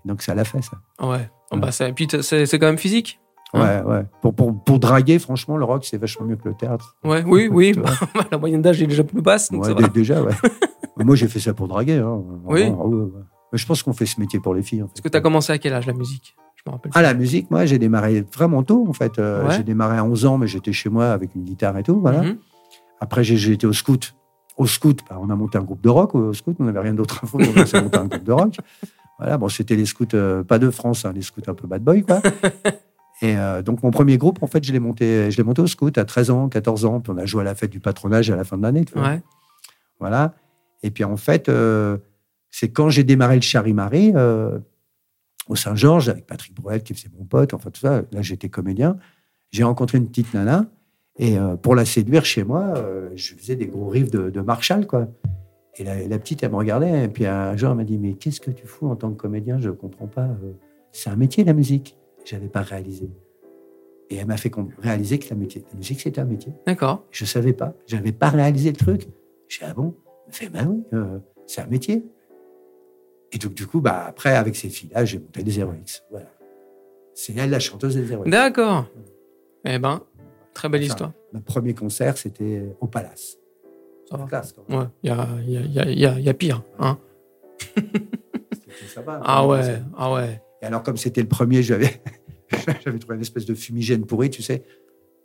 Donc, ça l'a fait, ça. Ouais. Ah, Ouais. Bah, ça- et puis, t'as- c'est c'est quand même physique. Ouais, Hein ouais. Pour, pour, pour draguer, franchement, le rock, c'est vachement mieux que le théâtre. Ouais, oui, oui. Tu vois. bah, la moyenne d'âge est déjà plus basse, donc Ouais, ça dé- va. déjà, ouais. Moi, j'ai fait ça pour draguer. Hein. Oui. Vraiment, ah ouais, ouais. Mais Je pense qu'on fait ce métier pour les filles. en fait. Parce que t'as commencé à quel âge la musique Je me rappelle. Ah, la musique, moi, j'ai démarré vraiment tôt, en fait. Euh, Ouais. J'ai démarré à 11 ans, mais j'étais chez moi avec une guitare et tout, voilà. Mhm. Après, j'ai j'ai été au scout. Au scout, bah, on a monté un groupe de rock. Au scout, on n'avait rien d'autre à faire. On a monté un groupe de rock. Voilà, bon, c'était les scouts, euh, pas de France, hein, les scouts un peu bad boy, quoi. Et euh, donc, mon premier groupe, en fait, je l'ai monté, je l'ai monté au scout à 13 ans, 14 ans. Puis on a joué à la fête du patronage à la fin de l'année, tu vois. Ouais. Voilà. Et puis en fait, euh, c'est quand j'ai démarré le Charimaré euh, au Saint-Georges avec Patrick Bruel qui faisait mon pote, enfin tout ça. Là, j'étais comédien. J'ai rencontré une petite nana et euh, pour la séduire chez moi, euh, je faisais des gros riffs de, de Marshall, quoi. Et la, la petite, elle me regardait et puis un jour, elle m'a dit mais qu'est-ce que tu fous en tant que comédien Je comprends pas. euh, c'est un métier la musique. J'avais pas réalisé. Et elle m'a fait com- réaliser que la, métier- la musique c'était un métier. D'accord. Je savais pas. J'avais pas réalisé le truc. J'ai dit, ah bon Elle fait, ben oui, euh, c'est un métier. Et donc, du coup, bah, après, avec ces filles-là, j'ai monté des 0X. Voilà. C'est elle, la chanteuse des 0X. D'accord. Eh ben, très belle Enfin, histoire. Notre premier concert, c'était au Palace. Ça va. Classe, quand même. Ouais. Il y a, y, a, y, a, y a- y a pire. Hein. C'était sympa. Ah ouais. Ah ouais. Et alors, comme c'était le premier, j'avais, j'avais trouvé une espèce de fumigène pourri, tu sais.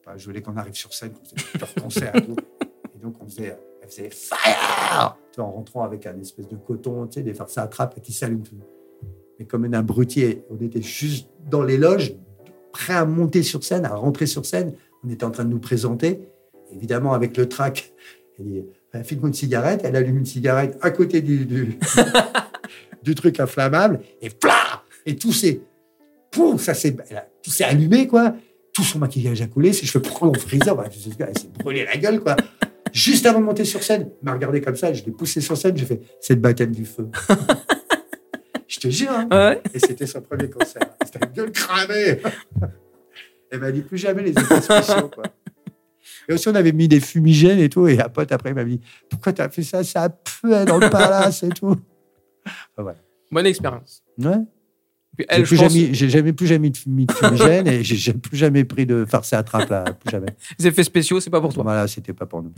Enfin, je voulais qu'on arrive sur scène, qu'on faisait plusieurs concerts et tout. Et donc, on faisait, elle faisait Fire tu vois, en rentrant avec un espèce de coton, tu sais, des farces à attrape et qui s'allument. tout. Mais comme un abruti, on était juste dans les loges, prêts à monter sur scène, à rentrer sur scène. On était en train de nous présenter. Évidemment, avec le trac, elle dit Ben, File-moi une cigarette. Elle allume une cigarette à côté du, du, du truc inflammable et plat et tousser. pouf, ça s'est, elle a- tout s'est allumé, quoi. Tout son maquillage a coulé, ses cheveux prends au friseur, bah, je- elle s'est brûlée la gueule, quoi. Juste avant de monter sur scène, elle m'a regardé comme ça, je l'ai poussé sur scène, j'ai fait, c'est le baptême du feu. je te jure, hein. Ouais. Et c'était son premier concert. C'était une gueule cramée. Elle m'a dit plus jamais les effets spéciaux, quoi. Et aussi, on avait mis des fumigènes et tout. Et un pote, après, il m'a dit Pourquoi t'as fait ça Ça pue dans le palace et tout. Bonne expérience. Ouais. Puis J'ai elle, je plus pense, jamais, j'ai jamais plus jamais de fumi- de fumigène et j'ai j'ai plus jamais pris de farce à trappe là. Plus jamais. les effets spéciaux, c'est pas pour toi. Voilà, c'était pas pour nous.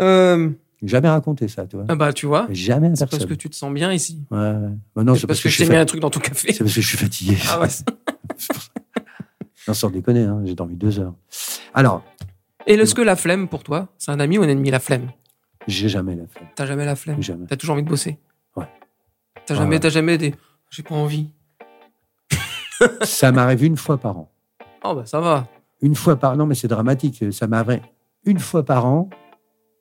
Euh, J'ai Jamais raconté ça, tu vois. ah bah, tu vois, Jamais à c'est parce personne. que tu te sens bien ici. Ouais, ouais. Bah non, c'est parce que, je je t'ai suis mis fa- un truc dans ton café. c'est parce que je suis fatigué. Ah ouais. Non, sans déconner, hein, j'ai dormi deux heures. Alors, Et est-ce que la flemme pour toi, c'est un ami ou un ennemi la flemme j'ai jamais la flemme. T'as jamais la flemme Jamais. T'as toujours envie de bosser Ouais. T'as Ouais, jamais, ouais. t'as jamais des. J'ai pas envie. Ça m'arrive une fois par an. Oh bah ça va. Une fois par non, mais c'est dramatique. Ça m'arrive une fois par an.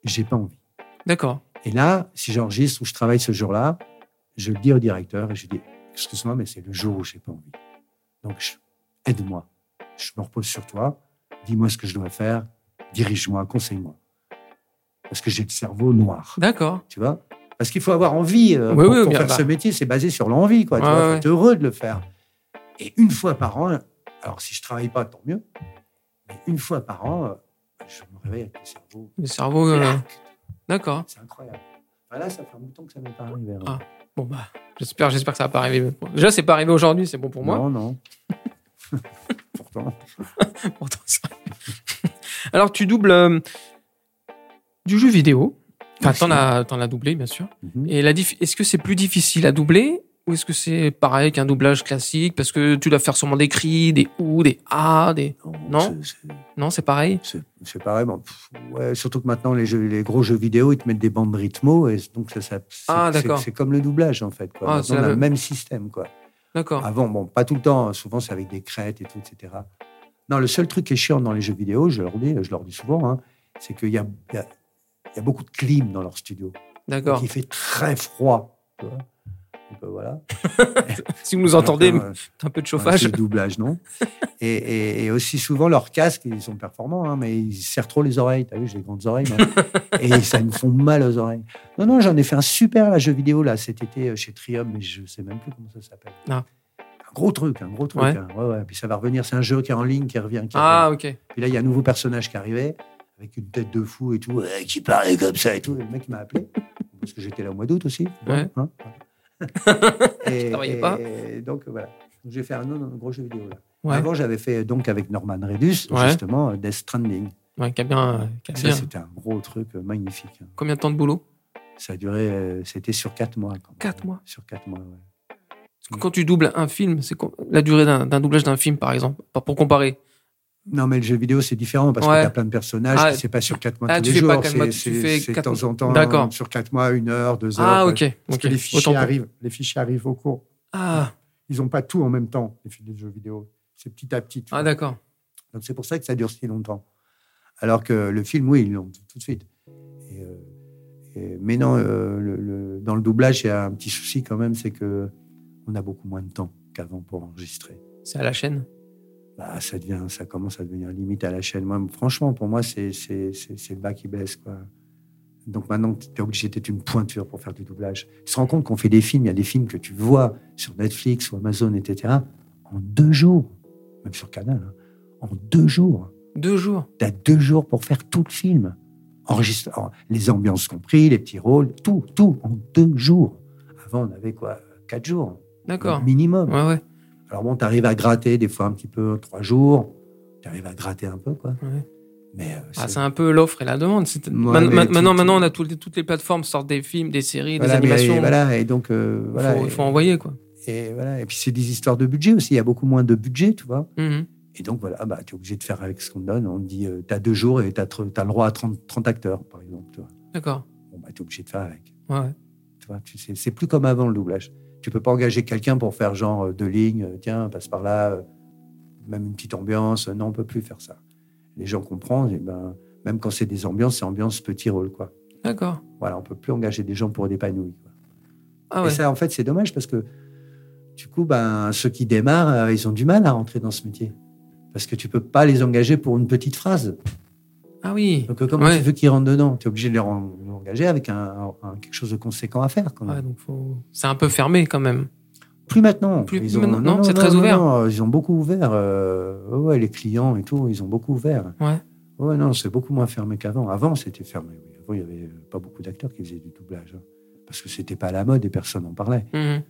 J'ai pas envie. D'accord. Et là, si j'enregistre ou je travaille ce jour-là, je le dis au directeur et je lui dis excuse-moi, mais c'est le jour où j'ai pas envie. Donc je- aide-moi. Je me repose sur toi. Dis-moi ce que je dois faire. Dirige-moi, conseille-moi. Parce que j'ai le cerveau noir. D'accord. Tu vois Parce qu'il faut avoir envie euh, Oui, pour, oui, pour bien, faire bah. ce métier. C'est basé sur l'envie, quoi. tu Ouais, vois, ouais, faut être heureux de le faire. Et une fois par an, alors si je travaille pas, tant mieux. Mais une fois par an, euh, je me réveille avec le cerveau. Le cerveau. euh, D'accord. C'est incroyable. Voilà, ça fait un bouton que ça m'est pas arrivé. Ah, Bon bah, j'espère, j'espère que ça va pas arriver. Déjà, c'est pas arrivé aujourd'hui, c'est bon pour moi. Non, non. Pourtant. Pourtant, c'est vrai. Alors, tu doubles euh, du jeu vidéo. Enfin, Merci. t'en as, t'en as doublé, bien sûr. Mhm. Et la dif- est-ce que c'est plus difficile à doubler ou est-ce que c'est pareil qu'un doublage classique Parce que tu dois faire sûrement des cris, des ou, des ah, des. Non. c'est- c'est- Non, c'est pareil. C'est c'est pas vraiment. pff, ouais, surtout que maintenant, les, jeux- les gros jeux vidéo, ils te mettent des bandes rythmo. Et donc, ça, ça- c'est- Ah, c'est d'accord. c'est comme le doublage, en fait. Quoi. Ah, Maintenant, c'est on a la le même- même système. Quoi. D'accord. Avant, bon, pas tout le temps. hein, Souvent, c'est avec des crêtes et tout, etc. Non, le seul truc qui est chiant dans les jeux vidéo, je leur dis, je leur dis souvent, hein, c'est qu'il y a, il y a- il y a beaucoup de clim dans leur studio. D'accord. Il fait très froid. tu vois. Donc, euh, voilà. Si vous nous entendez, Donc, euh, un peu de Voilà, chauffage. c'est le doublage, non et, et- et aussi souvent, leurs casques, ils sont performants, hein, mais ils serrent trop les oreilles. T'as vu, j'ai des grandes oreilles. moi. et ça me font mal aux oreilles. Non, non, j'en ai fait un super, là, jeu vidéo, là, cet été, euh, chez Trium, mais je sais même plus comment ça s'appelle. Ah. Un gros truc, un gros truc. Ouais. hein. Ouais, ouais. Puis ça va revenir. C'est un jeu qui est en ligne, qui revient. Qui Ah, ok. puis là, il y a un nouveau personnage qui arrivait, avec une tête de fou et tout, euh, qui parlait comme ça et tout. Et le mec m'a appelé, parce que j'étais là au mois d'août aussi. Ouais. Hein et, travaillais et- pas. et donc, voilà. Donc, J'ai fait un, autre- un gros jeu vidéo. Là. Ouais. Avant, j'avais fait euh, donc avec Norman Redus, Ouais. justement, euh, Death Stranding. Ouais, qui a bien, euh, qui a Ça, bien. c'était un gros truc euh, magnifique. hein. Combien de temps de boulot Ça a duré, euh, c'était sur quatre mois. quand même. Quatre mois. Sur quatre mois, ouais. Parce que quand tu doubles un film, c'est com- la durée d'un d'un doublage d'un film, par exemple, pas pour comparer. Non, mais le jeu vidéo, c'est différent parce Ouais. que tu as plein de personnages Ah, qui c'est pas sur 4 mois ah, tous tu les fais pas jours. quatre mois, c'est- tu c'est- fais c'est quatre- de temps en temps. D'accord. Sur 4 mois, une heure, deux heures. Ah, quoi. ok. Parce ok. que les Autant fichiers pour- arrivent. Les fichiers arrivent au cours. Ah, Ils n'ont pas tout en même temps, les fichiers de jeux vidéo. C'est petit à petit. tu ah vois. d'accord. Donc c'est pour ça que ça dure si longtemps. Alors que le film, oui, ils l'ont tout, tout de suite. Et, euh, et- mais non, euh, le- le- dans le doublage, il y a un petit souci quand même, c'est que on a beaucoup moins de temps qu'avant pour enregistrer. C'est à la chaîne. Bah, ça, devient, ça commence à devenir limite à la chaîne. Moi, franchement, pour moi, c'est c'est- c'est- c'est le bas qui baisse. Quoi. Donc maintenant, tu es obligé d'être une pointure pour faire du doublage. Tu te rends compte qu'on fait des films, il y a des films que tu vois sur Netflix ou Amazon, etc., en deux jours, même sur Canal, hein, en deux jours. Deux jours. Tu as deux jours pour faire tout le film. Enregistre, en- les ambiances compris, les petits rôles, tout, tout, en deux jours. Avant, on avait quoi Quatre jours, D'accord. minimum. Ouais, ouais. Alors bon, tu arrives à gratter des fois un petit peu, trois jours. Tu arrives à gratter un peu, quoi. Ouais. Mais euh, Ah, c'est- c'est un peu l'offre et la demande. C'est- Ouais, Man- mais man- tout- maintenant, tout- maintenant, on a toutes les, toutes les plateformes sortent des films, des séries, voilà, des mais- animations. voilà, et donc, euh, Il voilà. faut, et, il faut envoyer quoi. et voilà. Et puis, c'est des histoires de budget aussi. Il y a beaucoup moins de budget, tu vois. Mhm. Et donc, voilà, bah, tu es obligé de faire avec ce qu'on te donne. On te dit, euh, tu as deux jours et tu as, le droit à 30, 30 acteurs, par exemple. Tu vois. D'accord. Bon, bah, tu es obligé de faire avec. Ouais, ouais. Tu vois, tu sais, c'est plus comme avant le doublage. Tu peux pas engager quelqu'un pour faire genre euh, deux lignes, euh, tiens, passe par là, euh, même une petite ambiance. euh, Non, on peut plus faire ça. Les gens comprennent, et ben, même quand c'est des ambiances, c'est ambiance petit rôle, quoi. D'accord. Voilà, on peut plus engager des gens pour des panouilles. quoi. Ah ouais. Et ça, en fait, c'est dommage parce que Du coup, ben, ceux qui démarrent, euh, ils ont du mal à rentrer dans ce métier. Parce que tu peux pas les engager pour une petite phrase. Ah oui. Donc, euh, comment Ouais. tu veux qu'ils rentrent dedans Tu es obligé de les ren- les engager avec un, un- quelque chose de conséquent à faire. Quand même. Ouais, donc faut... C'est un peu fermé quand même. Plus maintenant. Plus maintenant, c'est très ouvert. non, ils ont beaucoup ouvert. euh, ouais, les clients et tout, ils ont beaucoup ouvert. Ouais. Ouais, non, c'est beaucoup moins fermé qu'avant. Avant, c'était fermé. oui. Avant, il n'y avait euh, pas beaucoup d'acteurs qui faisaient du doublage. hein. parce que c'était pas à la mode et personne n'en parlait. Mhm.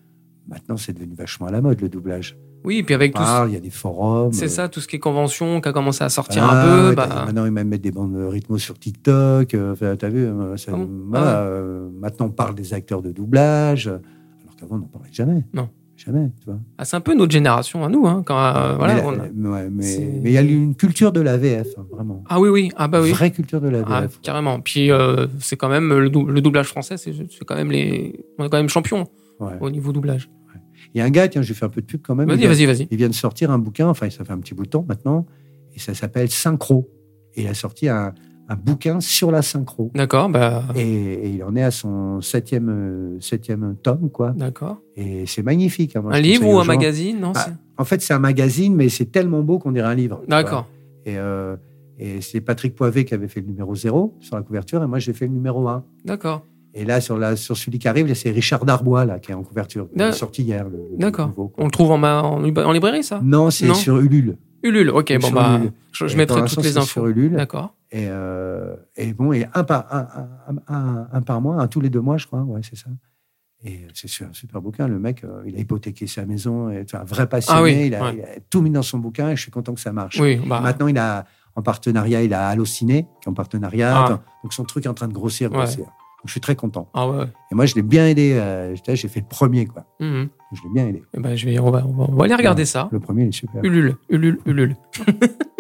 Maintenant, c'est devenu vachement à la mode, le doublage. Oui, et puis avec On tout. ce- parle, il y a des forums. C'est euh, ça, tout ce qui est convention qui a commencé à sortir Ah, un peu. ouais, bah, t'as- Maintenant, ils même mettent des bandes rythmo sur TikTok. euh, enfin, T'as vu euh, ça- Ah bon voilà, euh, Maintenant, on parle des acteurs de doublage, euh, alors qu'avant, on n'en parlait jamais. Non. Jamais, tu vois. ah, c'est un peu notre génération à nous. Hein, quand, euh, voilà, mais la- on a- ouais, mais- c'est- mais il y a une culture de la VF, hein, vraiment. Ah oui, oui. Ah bah oui. Vraie culture de la Ah, VF. carrément. Puis euh, c'est quand même le, dou- le doublage français, c'est c'est quand même les. On est quand même champion Ouais. au niveau doublage. Il y a un gars, tiens, j'ai fait un peu de pub quand même. il Vas-y, vient- vas-y, vas-y. Il vient de sortir un bouquin, enfin, ça fait un petit bout de temps maintenant, et ça s'appelle Synchro. Et il a sorti un, un bouquin sur la synchro. D'accord, bah. Et, et il en est à son septième, euh, septième tome, quoi. D'accord. Et c'est magnifique. hein, moi, Un je livre conseille ou aux un gens. magazine Non. Ah, c'est- En fait, c'est un magazine, mais c'est tellement beau qu'on dirait un livre. tu D'accord. vois. Et, euh, et c'est Patrick Poivet qui avait fait le numéro 0 sur la couverture, et moi, j'ai fait le numéro 1. D'accord. Et là, sur, la, sur celui qui arrive, là, c'est Richard Darbois, là, qui est en couverture. Il est D'ac- sorti hier, le, le D'accord. nouveau, quoi. On le trouve en, ma- en, lib- en librairie, ça Non, c'est Non. sur Ulule. Ulule. Ok, C'est bon Hmm. sur bah. Ulule. Je, je Et pour mettrai l'instant, toutes les c'est sur infos. Ulule. D'accord. Et, euh, et bon, et un par, un, un- un- un par mois, un tous les deux mois, je crois, ouais, c'est ça. Et c'est su- un super bouquin. Le mec, euh, il a hypothéqué sa maison, et c'est un vrai passionné. Ah oui, il, a, ouais. il a tout mis dans son bouquin et je suis content que ça marche. Ah. Oui, bah. Maintenant, il a en partenariat, il a Allociné, qui est en partenariat. Ah. Donc son truc est en train de grossir, Ouais. grossir. Donc, je suis très content. Ah ouais. Et moi, je l'ai bien aidé. euh, j'étais- j'ai fait le premier, quoi. Mhm. Je l'ai bien aidé. Eh ben, je vais, on, va, on va- on va aller regarder ça. Le premier, il est super. Ulule, Ulule, Ulule.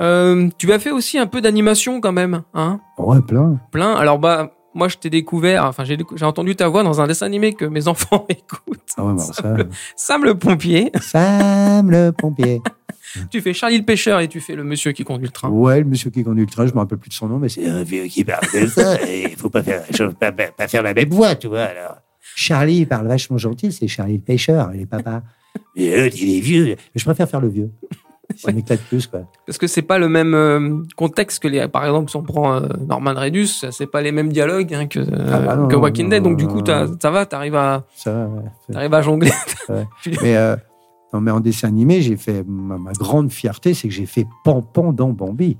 Euh, tu as fait aussi un peu d'animation quand même, hein Ouais, Oh, plein. Plein. Alors bah, moi je t'ai découvert, enfin j'ai décou- j'ai entendu ta voix dans un dessin animé que mes enfants écoutent. Ah ouais, bah, Sam, ça. le, Sam le pompier. Sam le pompier. tu fais Charlie le pêcheur et tu fais le monsieur qui conduit le train. Ouais, le monsieur qui conduit le train, je me rappelle plus de son nom, mais c'est un vieux qui parle de ça. et Il faut pas faire, je veux pas, pas- pas faire la même voix, tu vois. Alors. Charlie, il parle vachement gentil, c'est Charlie le pêcheur, il est papa. Mais l'autre, il est vieux. Je préfère faire le vieux. Ça m'éclate plus, quoi. Parce que c'est pas le même euh, contexte que les, par exemple, si on prend euh, Norman Redus, c'est pas les mêmes dialogues hein, que, Ah bah non, que non, Walking non, Dead. Donc non, du non, coup, non. t'as- ça va, t'arrives à, Ça, ouais, c'est- t'arrives à jongler. mais, euh, non, mais en dessin animé, j'ai fait ma, ma grande fierté, c'est que j'ai fait Pampan dans Bambi.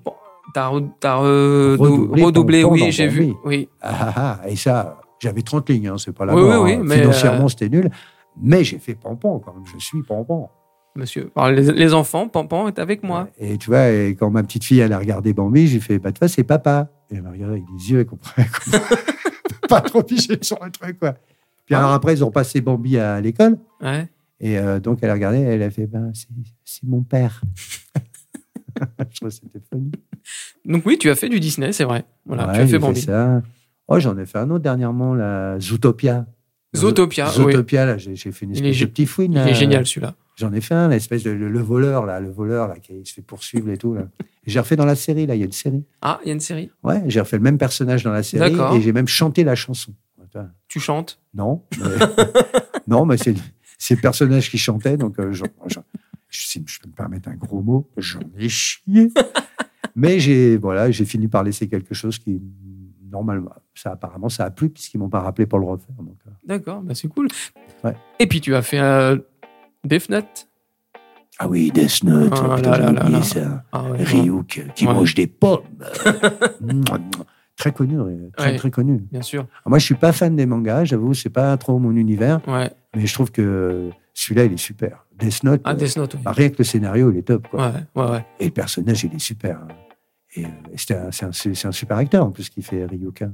T'as re- t'as re- Redoublé dou- redoublé, ton temps oui, dans j'ai Bambi. vu. Oui, Ah, ah, ah, et ça, j'avais 30 lignes, hein, c'est pas la Oui, mort, oui, oui, hein. mais, euh, Financièrement, c'était nul. Mais j'ai fait Pampan quand même. Je suis Pampan. monsieur. Alors, les, les enfants, Pampan est avec moi. Et tu vois, et quand ma petite fille, elle a regardé Bambi, j'ai fait, bah, tu vois, c'est papa. Et elle m'a regardé avec des yeux, elle comprenait quoi. pas trop piché sur le truc, quoi. Ah Puis alors après, ils ont passé Bambi à l'école. Ouais. Et euh, donc, elle a regardé, elle a fait, ben, c'est- c'est mon père. Je trouve que c'était funny. Donc oui, tu as fait du Disney, c'est vrai. Voilà, Ouais, tu as j'ai fait Bambi. ça. Oh, j'en ai fait un autre dernièrement, la Zootopia. Zootopia, oui. Zootopia, là, j'ai j'ai fait une Il espèce est de petit fouine. Il là. est génial celui-là. J'en ai fait un, l'espèce de le, le voleur, là, le voleur, là, qui se fait poursuivre et tout. là. J'ai refait dans la série, là, il y a une série. Ah, il y a une série. Ouais, j'ai refait le même personnage dans la série D'accord. et j'ai même chanté la chanson. Attends, Tu chantes. Non, mais, non, mais c'est c'est le personnage qui chantait, donc euh, j'en- j'en- je- si je peux me permettre un gros mot, j'en ai chié. Mais j'ai voilà, j'ai fini par laisser quelque chose qui normalement, ça apparemment ça a plu puisqu'ils m'ont pas rappelé pour le refaire. donc, euh. D'accord, bah c'est cool. Ouais. Et puis tu as fait euh, Death Note. Ah oui, Death Note, Ah putain, là j'ai là là oublié là. ça. Ah, ouais. Ryuk qui Ouais. mange des pommes. Mouah, mouah. très connu, euh, très, Ouais. très connu. Ah, Bien sûr. Moi, je suis pas fan des mangas, j'avoue, c'est pas trop mon univers. Ouais. Mais je trouve que celui-là, il est super. Death Note, Ah, euh, Death Note, oui. bah, rien que le scénario, il est top. Quoi. Ouais, ouais, ouais. Et le personnage, il est super. hein. Et, euh, et c'est un, c'est un- c'est- c'est un super acteur, en plus, qui fait Ryuka.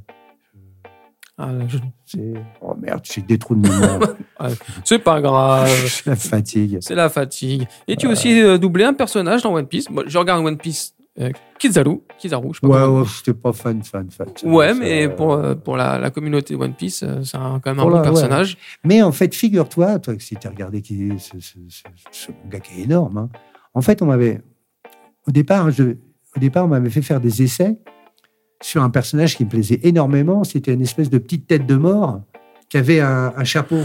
Ah, je- C'est... Oh merde, j'ai des trous de mémoire. C'est pas grave. la fatigue. C'est la fatigue. Et tu as aussi euh, doublé un personnage dans One Piece. Moi, je regarde One Piece. euh, Kizaru, Kizaru, je sais pas Ouais, comment- ouais, j'étais pas fan, fan, fan. ça, Ouais, ça, mais euh, pour, euh, pour la, la communauté One Piece, euh, c'est un- quand même un Pour bon la- ouais. personnage. Mais en fait, figure-toi, toi, que si tu as regardé qui, ce, ce, ce- ce manga qui est énorme, hein, en fait, on m'avait. Au départ, je, au départ, on m'avait fait faire des essais sur un personnage qui me plaisait énormément. C'était une espèce de petite tête de mort qui avait un, un chapeau.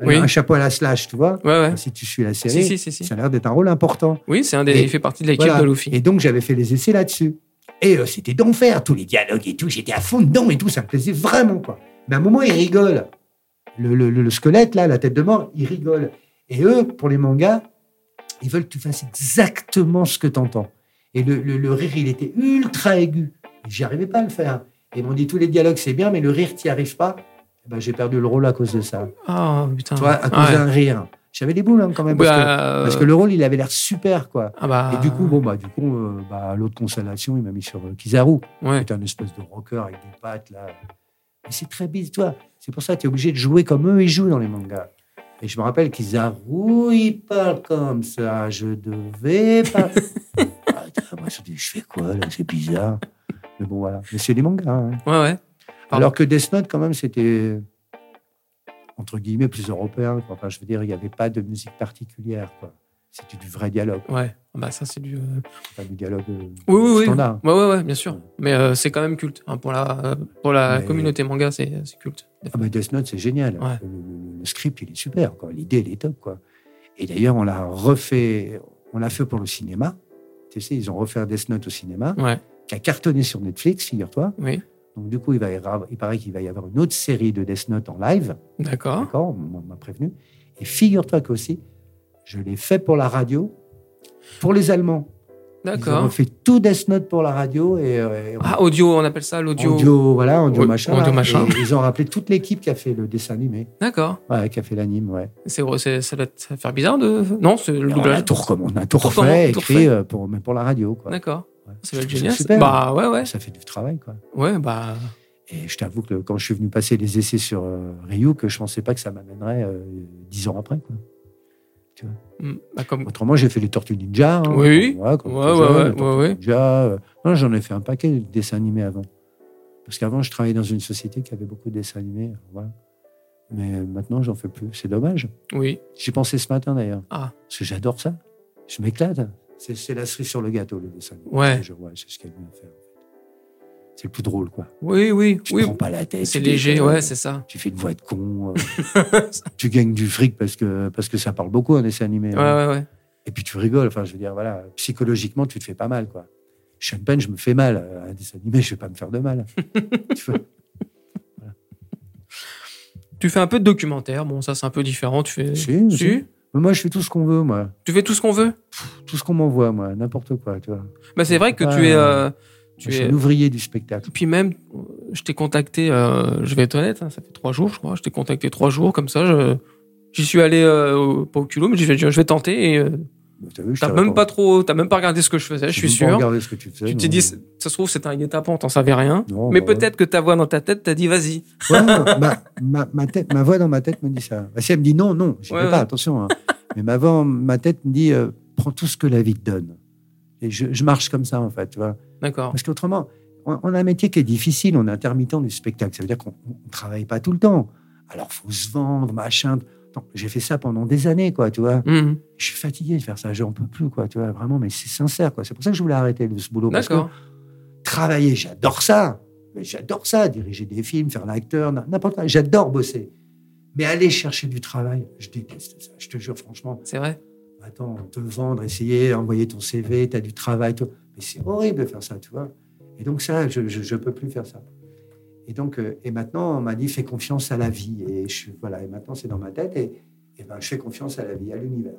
Oui. Un chapeau à la slash, tu vois. Ouais, ouais. Si tu suis la série, Si, si, si, si. ça a l'air d'être un rôle important. Oui, c'est un des. Et- Il fait partie de l'équipe Voilà. de Luffy. Et donc, j'avais fait les essais là-dessus. Et euh, c'était d'enfer, tous les dialogues et tout. J'étais à fond dedans et tout. Ça me plaisait vraiment, quoi. Mais à un moment, ils rigolent. Le, le- le- le squelette, là, la tête de mort, ils rigolent. Et eux, pour les mangas, ils veulent que tu fasses exactement ce que tu entends. Et le, le- le rire, il était ultra aigu. J'y arrivais pas à le faire. Et ils m'ont dit tous les dialogues, c'est bien, mais le rire, t'y arrives pas. Ben, j'ai perdu le rôle à cause de ça. Ah putain. Tu vois, à Ouais. cause d'un rire. J'avais des boules hein, quand même. Parce, que, Bah, parce que le rôle, il avait l'air super, quoi. ah bah, Et du coup, bon, bah, du coup, euh, bah, l'autre constellation, il m'a mis sur euh, Kizaru. Ouais. C'était un espèce de rocker avec des pattes, là. Mais c'est très bizarre, toi. C'est pour ça que tu es obligé de jouer comme eux, ils jouent dans les mangas. Et je me rappelle Kizaru, il parle comme ça. Je devais pas. Attends, moi, je dis, je fais quoi, là C'est bizarre. Mais bon, voilà. Mais c'est des mangas. hein. Ouais, ouais. Pardon. Alors que Death Note, quand même, c'était entre guillemets plus européen. quoi. Enfin, je veux dire, il n'y avait pas de musique particulière. quoi. C'était du vrai dialogue, Ouais. Ah Bah, ça, c'est du. euh, pas du dialogue euh, Oui, oui, oui. standard. Ouais, ouais, ouais, bien sûr. Mais euh, c'est quand même culte. hein, pour la, euh, pour la Mais- communauté manga, c'est c'est culte. Ah bah Death Note, c'est génial. Ouais. Le, le- le script, il est super. quoi. L'idée, elle est top. Quoi. Et d'ailleurs, on l'a refait, on l'a fait pour le cinéma. Tu sais, ils ont refait Death Note au cinéma, Ouais. qui a cartonné sur Netflix, figure-toi. Oui. Donc du coup, il, va y avoir- il paraît qu'il va y avoir une autre série de Death Note en live. D'accord. D'accord On m'a prévenu. Et figure-toi qu'aussi, je l'ai fait pour la radio, pour les Allemands. Ils ont D'accord. refait tout Death Note pour la radio et, euh, et on- Ah, audio, on appelle ça l'audio. audio, voilà, audio Oui, machin. audio là. machin. Et ils ont rappelé toute l'équipe qui a fait le dessin animé, D'accord. ouais, qui a fait l'anime, ouais. C'est c'est- ça doit te faire bizarre de. Non, c'est le Et On a doublage. tout, recomm- on a tout Tout refait, recomm- tout écrit refait. euh, pour, même pour la radio. Quoi. D'accord. Ouais. Ça va être Je trouve génial. ça super. Bah ouais, ouais. Ça fait du travail. Quoi. Ouais, bah. Et je t'avoue que le- quand je suis venu passer les essais sur euh, Ryu, que je pensais pas que ça m'amènerait euh, dix ans après. Quoi. hmm, bah, comme... Autrement, j'ai fait les Tortues Ninja. hein, Oui, comme moi, comme ouais, tout ouais, jeune, ouais, les Tortues ouais, ouais. Ninja, euh, non, j'en ai fait un paquet de dessins animés avant. Parce qu'avant, je travaillais dans une société qui avait beaucoup de dessins animés. Voilà. Mais euh, maintenant, j'en fais plus. C'est dommage. Oui. J'y pensais ce matin d'ailleurs. Ah. Parce que j'adore ça. Je m'éclate. C'est c'est la cerise sur le gâteau, le dessin. animé. Ouais. Je vois, c'est ce qu'il y a de mieux à faire. C'est le plus drôle, quoi. Oui, oui, Tu te oui. prends pas la tête. C'est tu déconnes, léger, ouais, c'est ça. Tu fais une voix de con. euh, tu gagnes du fric parce que, parce que ça parle beaucoup, un dessin animé. Ouais, hein. ouais, ouais. Et puis tu rigoles. Enfin, je veux dire, voilà, psychologiquement, tu te fais pas mal, quoi. Sean Penn, je me fais mal. Un dessin animé, je vais pas me faire de mal. Tu vois Tu fais un peu de documentaire. Bon, ça, c'est un peu différent. Tu fais. Si, Si. si. Mais moi, je fais tout ce qu'on veut, moi. Tu fais tout ce qu'on veut. Tout ce qu'on m'envoie, moi. N'importe quoi, tu vois. Bah, c'est vrai que Ouais. tu es. euh, Moi, tu je suis es. un ouvrier du spectacle. Puis même, euh, je t'ai contacté, euh, je vais être honnête, hein, ça fait trois jours, je crois. Je t'ai contacté trois jours, comme ça, je- j'y suis allé, euh, au- pas au culot, mais je vais, je vais tenter. Et, euh, Bah, T'as vu, je t'as t'ai même répondu. pas trop, t'as même pas regardé ce que je faisais, je J'ai suis même pas sûr. regardé ce que tu faisais, Tu t'es non. dit, ça se trouve, c'était un guet-apens, t'en savais rien. Non, mais bah ouais. peut-être que ta voix dans ta tête t'a dit, vas-y. Ouais, ma, ma, ma tête, ma voix dans ma tête me dit ça. Bah, si elle me dit non, non, je Ouais, vais pas, ouais. attention. hein. Mais ma voix, ma tête me dit euh, prends tout ce que la vie te donne. Et je, je marche comme ça, en fait. Tu vois. D'accord. Parce qu'autrement, on, on a un métier qui est difficile, on est intermittent du spectacle. Ça veut dire qu'on ne travaille pas tout le temps. Alors, faut se vendre, machin. Non, J'ai fait ça pendant des années, quoi, tu vois. Mhm. Je suis fatigué de faire ça, j'en peux plus, quoi, tu vois, vraiment, mais c'est sincère, quoi. C'est pour ça que je voulais arrêter le- ce boulot. parce que D'accord. travailler, j'adore ça. Mais J'adore ça, diriger des films, faire l'acteur, n- n'importe quoi. J'adore bosser. Mais aller chercher du travail, je déteste ça. Je te jure, franchement. C'est vrai. Attends, te vendre, essayer, envoyer ton CV, t'as du travail, tout. Mais c'est horrible de faire ça, tu vois. Et donc, ça, je, je, je peux plus faire ça. Et donc, euh, et maintenant, on m'a dit, fais confiance à la vie. Et je suis, voilà, et maintenant, c'est dans ma tête. Et, et ben, je fais confiance à la vie, à l'univers.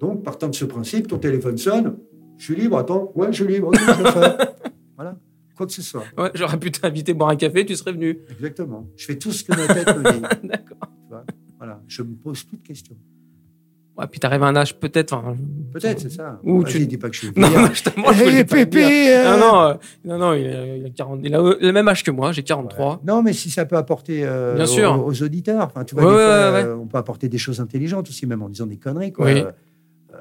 Donc, partant de ce principe, ton téléphone sonne, je suis libre, attends, ouais, je suis libre, ok, je le fais. Voilà, quoi que ce soit. Ouais, j'aurais pu t'inviter boire un café, tu serais venu. Exactement. Je fais tout ce que ma tête me dit. D'accord. Voilà, je me pose plus de questions. Ouais, puis t'arrives à un âge peut-être. enfin, Peut-être, c'est ça. Ou Vas-y, tu- dis pas que je suis Non, vieillard. non, je te- moi, je voulais pas le dire. euh, Non, non, euh, non, non, il a, il a 40 il a le même âge que moi, j'ai 43. Non, mais si ça peut apporter euh, Bien sûr. Aux, aux auditeurs, enfin, tu vois, Ouais, des ouais, fois, ouais, euh, on peut apporter des choses intelligentes aussi, même en disant des conneries. Quoi. Oui. Euh, euh,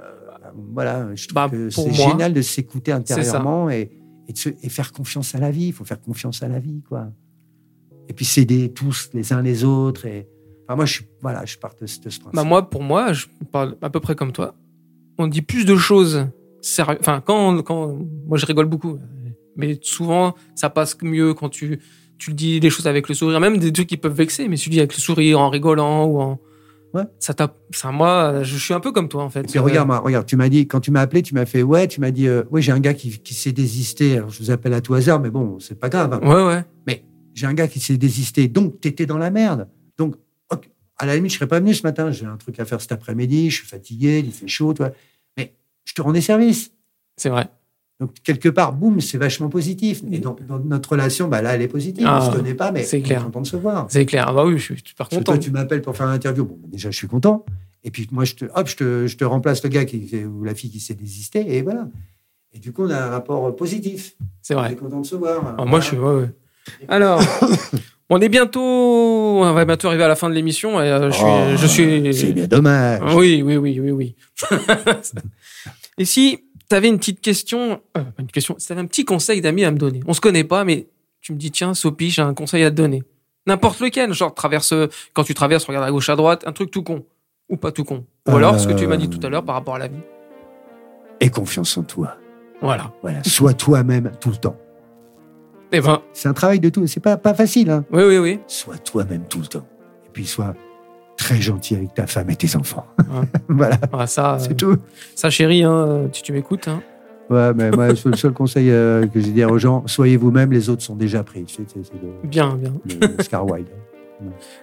voilà, je trouve Bah, que pour c'est moi, génial de s'écouter ça. intérieurement et, et, de se- et faire confiance à la vie. Il faut faire confiance à la vie, quoi. Et puis s'aider tous les uns les autres. Et... Enfin, moi, je, suis- voilà, je pars de, ce- de ce principe. Bah moi, pour moi, je parle à peu près comme toi. On dit plus de choses sérieuses. Enfin, quand, quand moi je rigole beaucoup, mais souvent ça passe mieux quand tu tu le dis des choses avec le sourire, même des trucs qui peuvent vexer, mais tu le dis avec le sourire, en rigolant ou en Ouais. Ça tape. Enfin, moi, je suis un peu comme toi, en fait. Et puis regarde, moi, regarde, tu m'as dit, quand tu m'as appelé, tu m'as fait, ouais, tu m'as dit, euh, ouais, j'ai un gars qui, qui s'est désisté. Alors je vous appelle à tout hasard, mais bon, c'est pas grave. hein. Ouais, ouais. J'ai un gars qui s'est désisté, donc t'étais dans la merde. Donc, ok, à la limite, je serais pas venu ce matin. J'ai un truc à faire cet après-midi, je suis fatigué, il fait chaud, tu vois. Mais je te rendais service. C'est vrai. Donc, quelque part, boum, c'est vachement positif. Et dans, dans notre relation, bah là, elle est positive. Ah, on se connaît pas, mais c'est on est clair. content de se voir. C'est clair. Ah bah oui, je suis super Parce que content. toi, tu m'appelles pour faire une interview. Bon, bah, déjà, je suis content. Et puis, moi, je te, hop, je te, je te remplace le gars qui, ou la fille qui s'est désistée, et voilà. Et du coup, on a un rapport positif. C'est On vrai. est content de se voir. Ah, moi, je suis. ouais, ouais. Alors, on est bientôt. On va bientôt arriver à la fin de l'émission. Et, euh, je suis. Oh, je suis... Ah. C'est bien dommage. Oui, oui, oui, oui, oui. Et si tu avais une petite question, euh, pas une question, si tu avais un petit conseil d'ami à me donner, on se connaît pas, mais tu me dis, tiens, Sopi, j'ai un conseil à te donner. N'importe lequel, genre traverse, quand tu traverses, regarde à gauche, à droite, un truc tout con. Ou pas tout con. Ou alors ce que tu m'as dit tout à l'heure par rapport à la vie. Et confiance en toi. Ah, Voilà. Voilà. Sois toi-même tout le temps. Eh ben, C'est un travail de tout. C'est pas, pas facile, hein. oui, oui, oui. Sois toi-même tout le temps. Et puis, sois très gentil avec ta femme et tes enfants. Ouais. voilà. Ah, ça, euh, C'est tout. ça, chérie, hein, si tu m'écoutes. hein. Ouais, mais moi, c'est le seul conseil euh, que j'ai dire aux gens, soyez vous-même, les autres sont déjà pris. Tu sais, C'est c'est le- Bien, bien. le Oscar Wilde.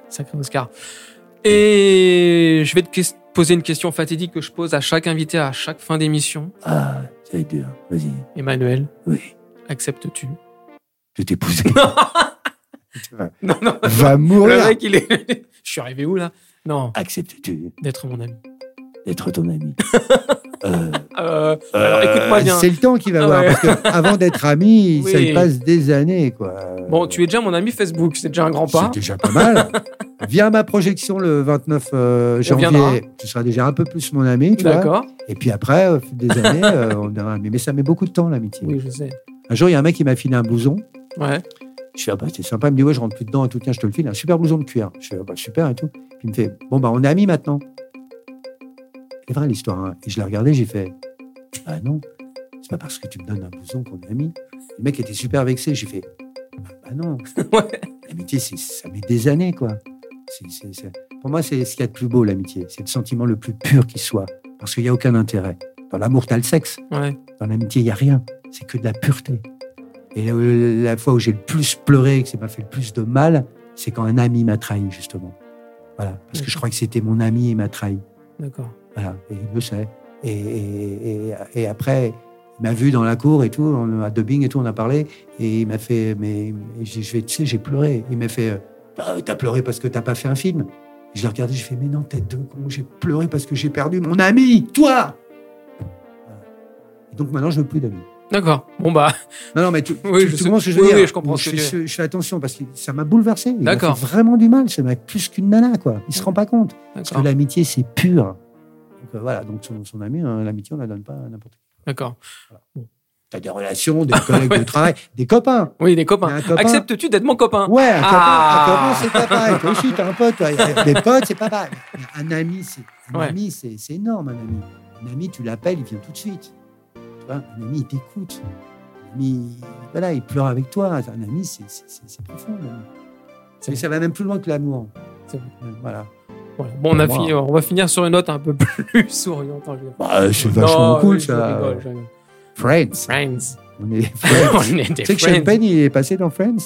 Sacré Oscar. Et je vais te ques- poser une question fatidique que je pose à chaque invité à chaque fin d'émission. Ah, ça va être dur. Vas-y. Emmanuel, Oui. acceptes-tu Je t'ai poussé. Non, non, Va le mourir. mec, il est. Oh Je suis arrivé où là Non, Acceptes-tu d'être mon ami. d'être ton ami Euh, Euh, alors écoute-moi bien. C'est le temps qu'il va Ah voir. ouais. Parce que avant d'être ami, Oui. ça y passe des années. Quoi. Bon, tu es déjà mon ami Facebook, c'est déjà un grand pas. C'est déjà pas mal. Viens à ma projection le 29 euh, janvier. viendra. Tu seras déjà un peu plus mon ami. Tu vois. D'accord Et puis après, euh, des années, euh, on aura... mais mais ça met beaucoup de temps, l'amitié. Oui, je sais. Un jour, il y a un mec qui m'a filé un blouson. Ouais. Je fais, ah bah, c'est sympa. Il me dit, ouais, je rentre plus dedans et tout. Tiens, je te le file. Un super blouson de cuir. Je fais, ah bah, super et tout. Puis il me fait, bon, bah, on est amis maintenant. C'est vrai, l'histoire. hein. Et je l'ai regardé, j'ai fait, ah non, c'est pas parce que tu me donnes un blouson qu'on est amis. Le mec était super vexé. J'ai fait, bah, bah non. Ouais. L'amitié, c'est- ça met des années, quoi. C'est- c'est- c'est- Pour moi, c'est ce qu'il y a de plus beau, l'amitié. C'est le sentiment le plus pur qui soit. Parce qu'il n'y a aucun intérêt. Dans l'amour, t'as le sexe. Ouais. Dans l'amitié, il n'y a rien. C'est que de la pureté. Et là où- la fois où j'ai le plus pleuré et que ça m'a fait le plus de mal, c'est quand un ami m'a trahi, justement. Voilà. Parce que je crois que c'était mon ami et il m'a trahi. D'accord. Voilà. Et il le sait. Et, et- et- et après, il m'a vu dans la cour et tout, on, à Dubbing et tout, on a parlé. Et il m'a fait, mais et j'ai- je vais, tu sais, j'ai pleuré. Il m'a fait, euh, Bah, t'as pleuré parce que t'as pas fait un film. Et je l'ai regardé, j'ai fait, mais non, tête de con, j'ai pleuré parce que j'ai perdu mon ami, toi Voilà. Et donc maintenant, je veux plus d'amis. D'accord. Bon, bah, Non, non, mais tu, Oui, tu- je tu sais. comprends ce que je veux Oui, dire. oui, je comprends ce je, que tu fais- je fais attention parce que ça m'a bouleversé. Il m'a D'accord. fait vraiment du mal. Ça m'a plus qu'une nana, quoi. Il se rend pas compte. Parce que d'accord. l'amitié, c'est pur. Donc, euh, voilà, donc son, son ami, hein, l'amitié, on la donne pas à n'importe qui. D'accord. T'as des relations, des collègues de travail, des copains. Oui, les T'as copains. Un copain. Acceptes-tu d'être mon copain Ouais, un Ah. copain, un copain, c'est pas pareil. Toi aussi, t'as un pote. toi. Des potes, c'est pas pareil. Un ami, c'est un Ouais. ami, c'est c'est énorme, un ami. Un ami, tu l'appelles, il vient tout de suite. Tu vois, un ami, il t'écoute. Un ami, voilà, il pleure avec toi. Un ami, c'est- c'est c'est- c'est profond. un ami. Ça, ça va même plus loin que l'amour. C'est vrai. Voilà. Voilà. Bon, on, a Wow. fini, on va finir sur une note un peu plus souriante. hein, je veux dire. Bah, c'est vachement Non, cool, oui, je ça. rigole, je rigole. Friends. Friends. On est on friends. est Tu des sais que friends. Sean Penn, il est passé dans Friends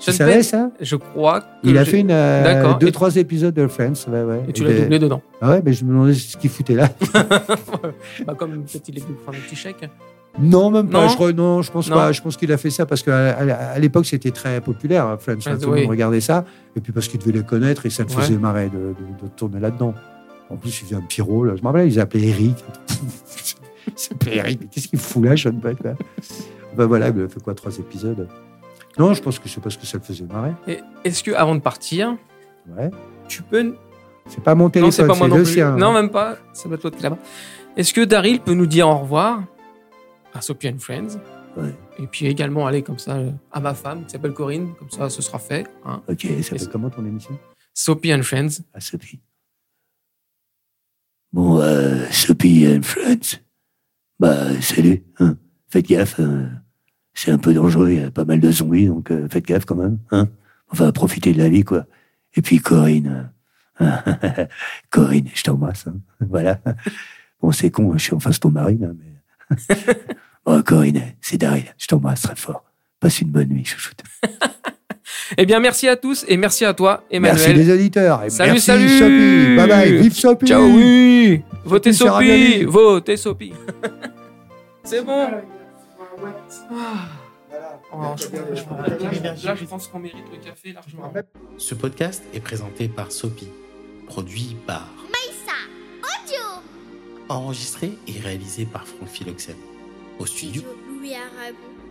Tu Sean savais Penn, ça Je crois que Il a je- fait une, euh, D'accord. deux, Et- trois épisodes de Friends. Ouais, ouais. Et tu Il l'as est- doublé dedans. Ah ouais, mais je me demandais ce qu'il foutait là. Bah, comme peut-être il est venu prendre un petit chèque. Non, même pas. Non Je, re- non, je pense Non. pas. Je pense qu'il a fait ça parce qu'à à, à l'époque, c'était très populaire, hein, Friends. Ah, Tout le oui. monde regardait ça. Et puis parce qu'il devait les connaître et ça le Ouais. faisait marrer de, de- de tourner là-dedans. En plus, il faisait un petit rôle. Je me rappelle, ils appelaient Eric. il s'appelait Eric. Mais qu'est-ce qu'il fout là, Sean Penn quoi Ben voilà, il a fait quoi, trois épisodes Non, je pense que c'est parce que ça le faisait marrer. Et Est-ce que avant de partir, Ouais. tu peux C'est pas mon Non, c'est téléphone, pas moi c'est non le plus. sien. hein. Non, même pas. Ça doit être l'autre qui est là-bas. Est-ce que Daryl peut nous dire au revoir à Sophie and Friends Ouais. et puis également aller comme ça euh, à ma femme qui s'appelle Corinne, comme ça ce sera fait. Hein. Ok, ça Est-ce- fait comment ton émission Sophie and Friends. à Sophie. Bon, euh, Sophie and Friends, bah, salut. hein. Faites gaffe, euh, hein. c'est un peu dangereux, il y a pas mal de zombies, donc euh, faites gaffe quand même. Hein. Enfin, profitez de la vie, quoi. Et puis Corinne, euh, Corinne, je t'embrasse. hein. Voilà. Bon, c'est con, hein, je suis en face de ton mari, là, mais- oh, Corinne, c'est Daryl. Je t'embrasse très fort. Passe une bonne nuit, chouchoute. Eh bien, merci à tous et merci à toi, Merci Emmanuel. les auditeurs. Et Salut, merci, salut. Sopi. Bye bye. Vive Sopi. Ciao, oui. Votez Sophie, Sarah Sopi, Galli. votez Sopi. C'est bon. Oh, Ah je, je- je- là, je pense qu'on mérite le café largement. Ce podcast est présenté par Sopi, produit par Enregistré et réalisé par Franck Philoxène. Au studio Louis Aragon.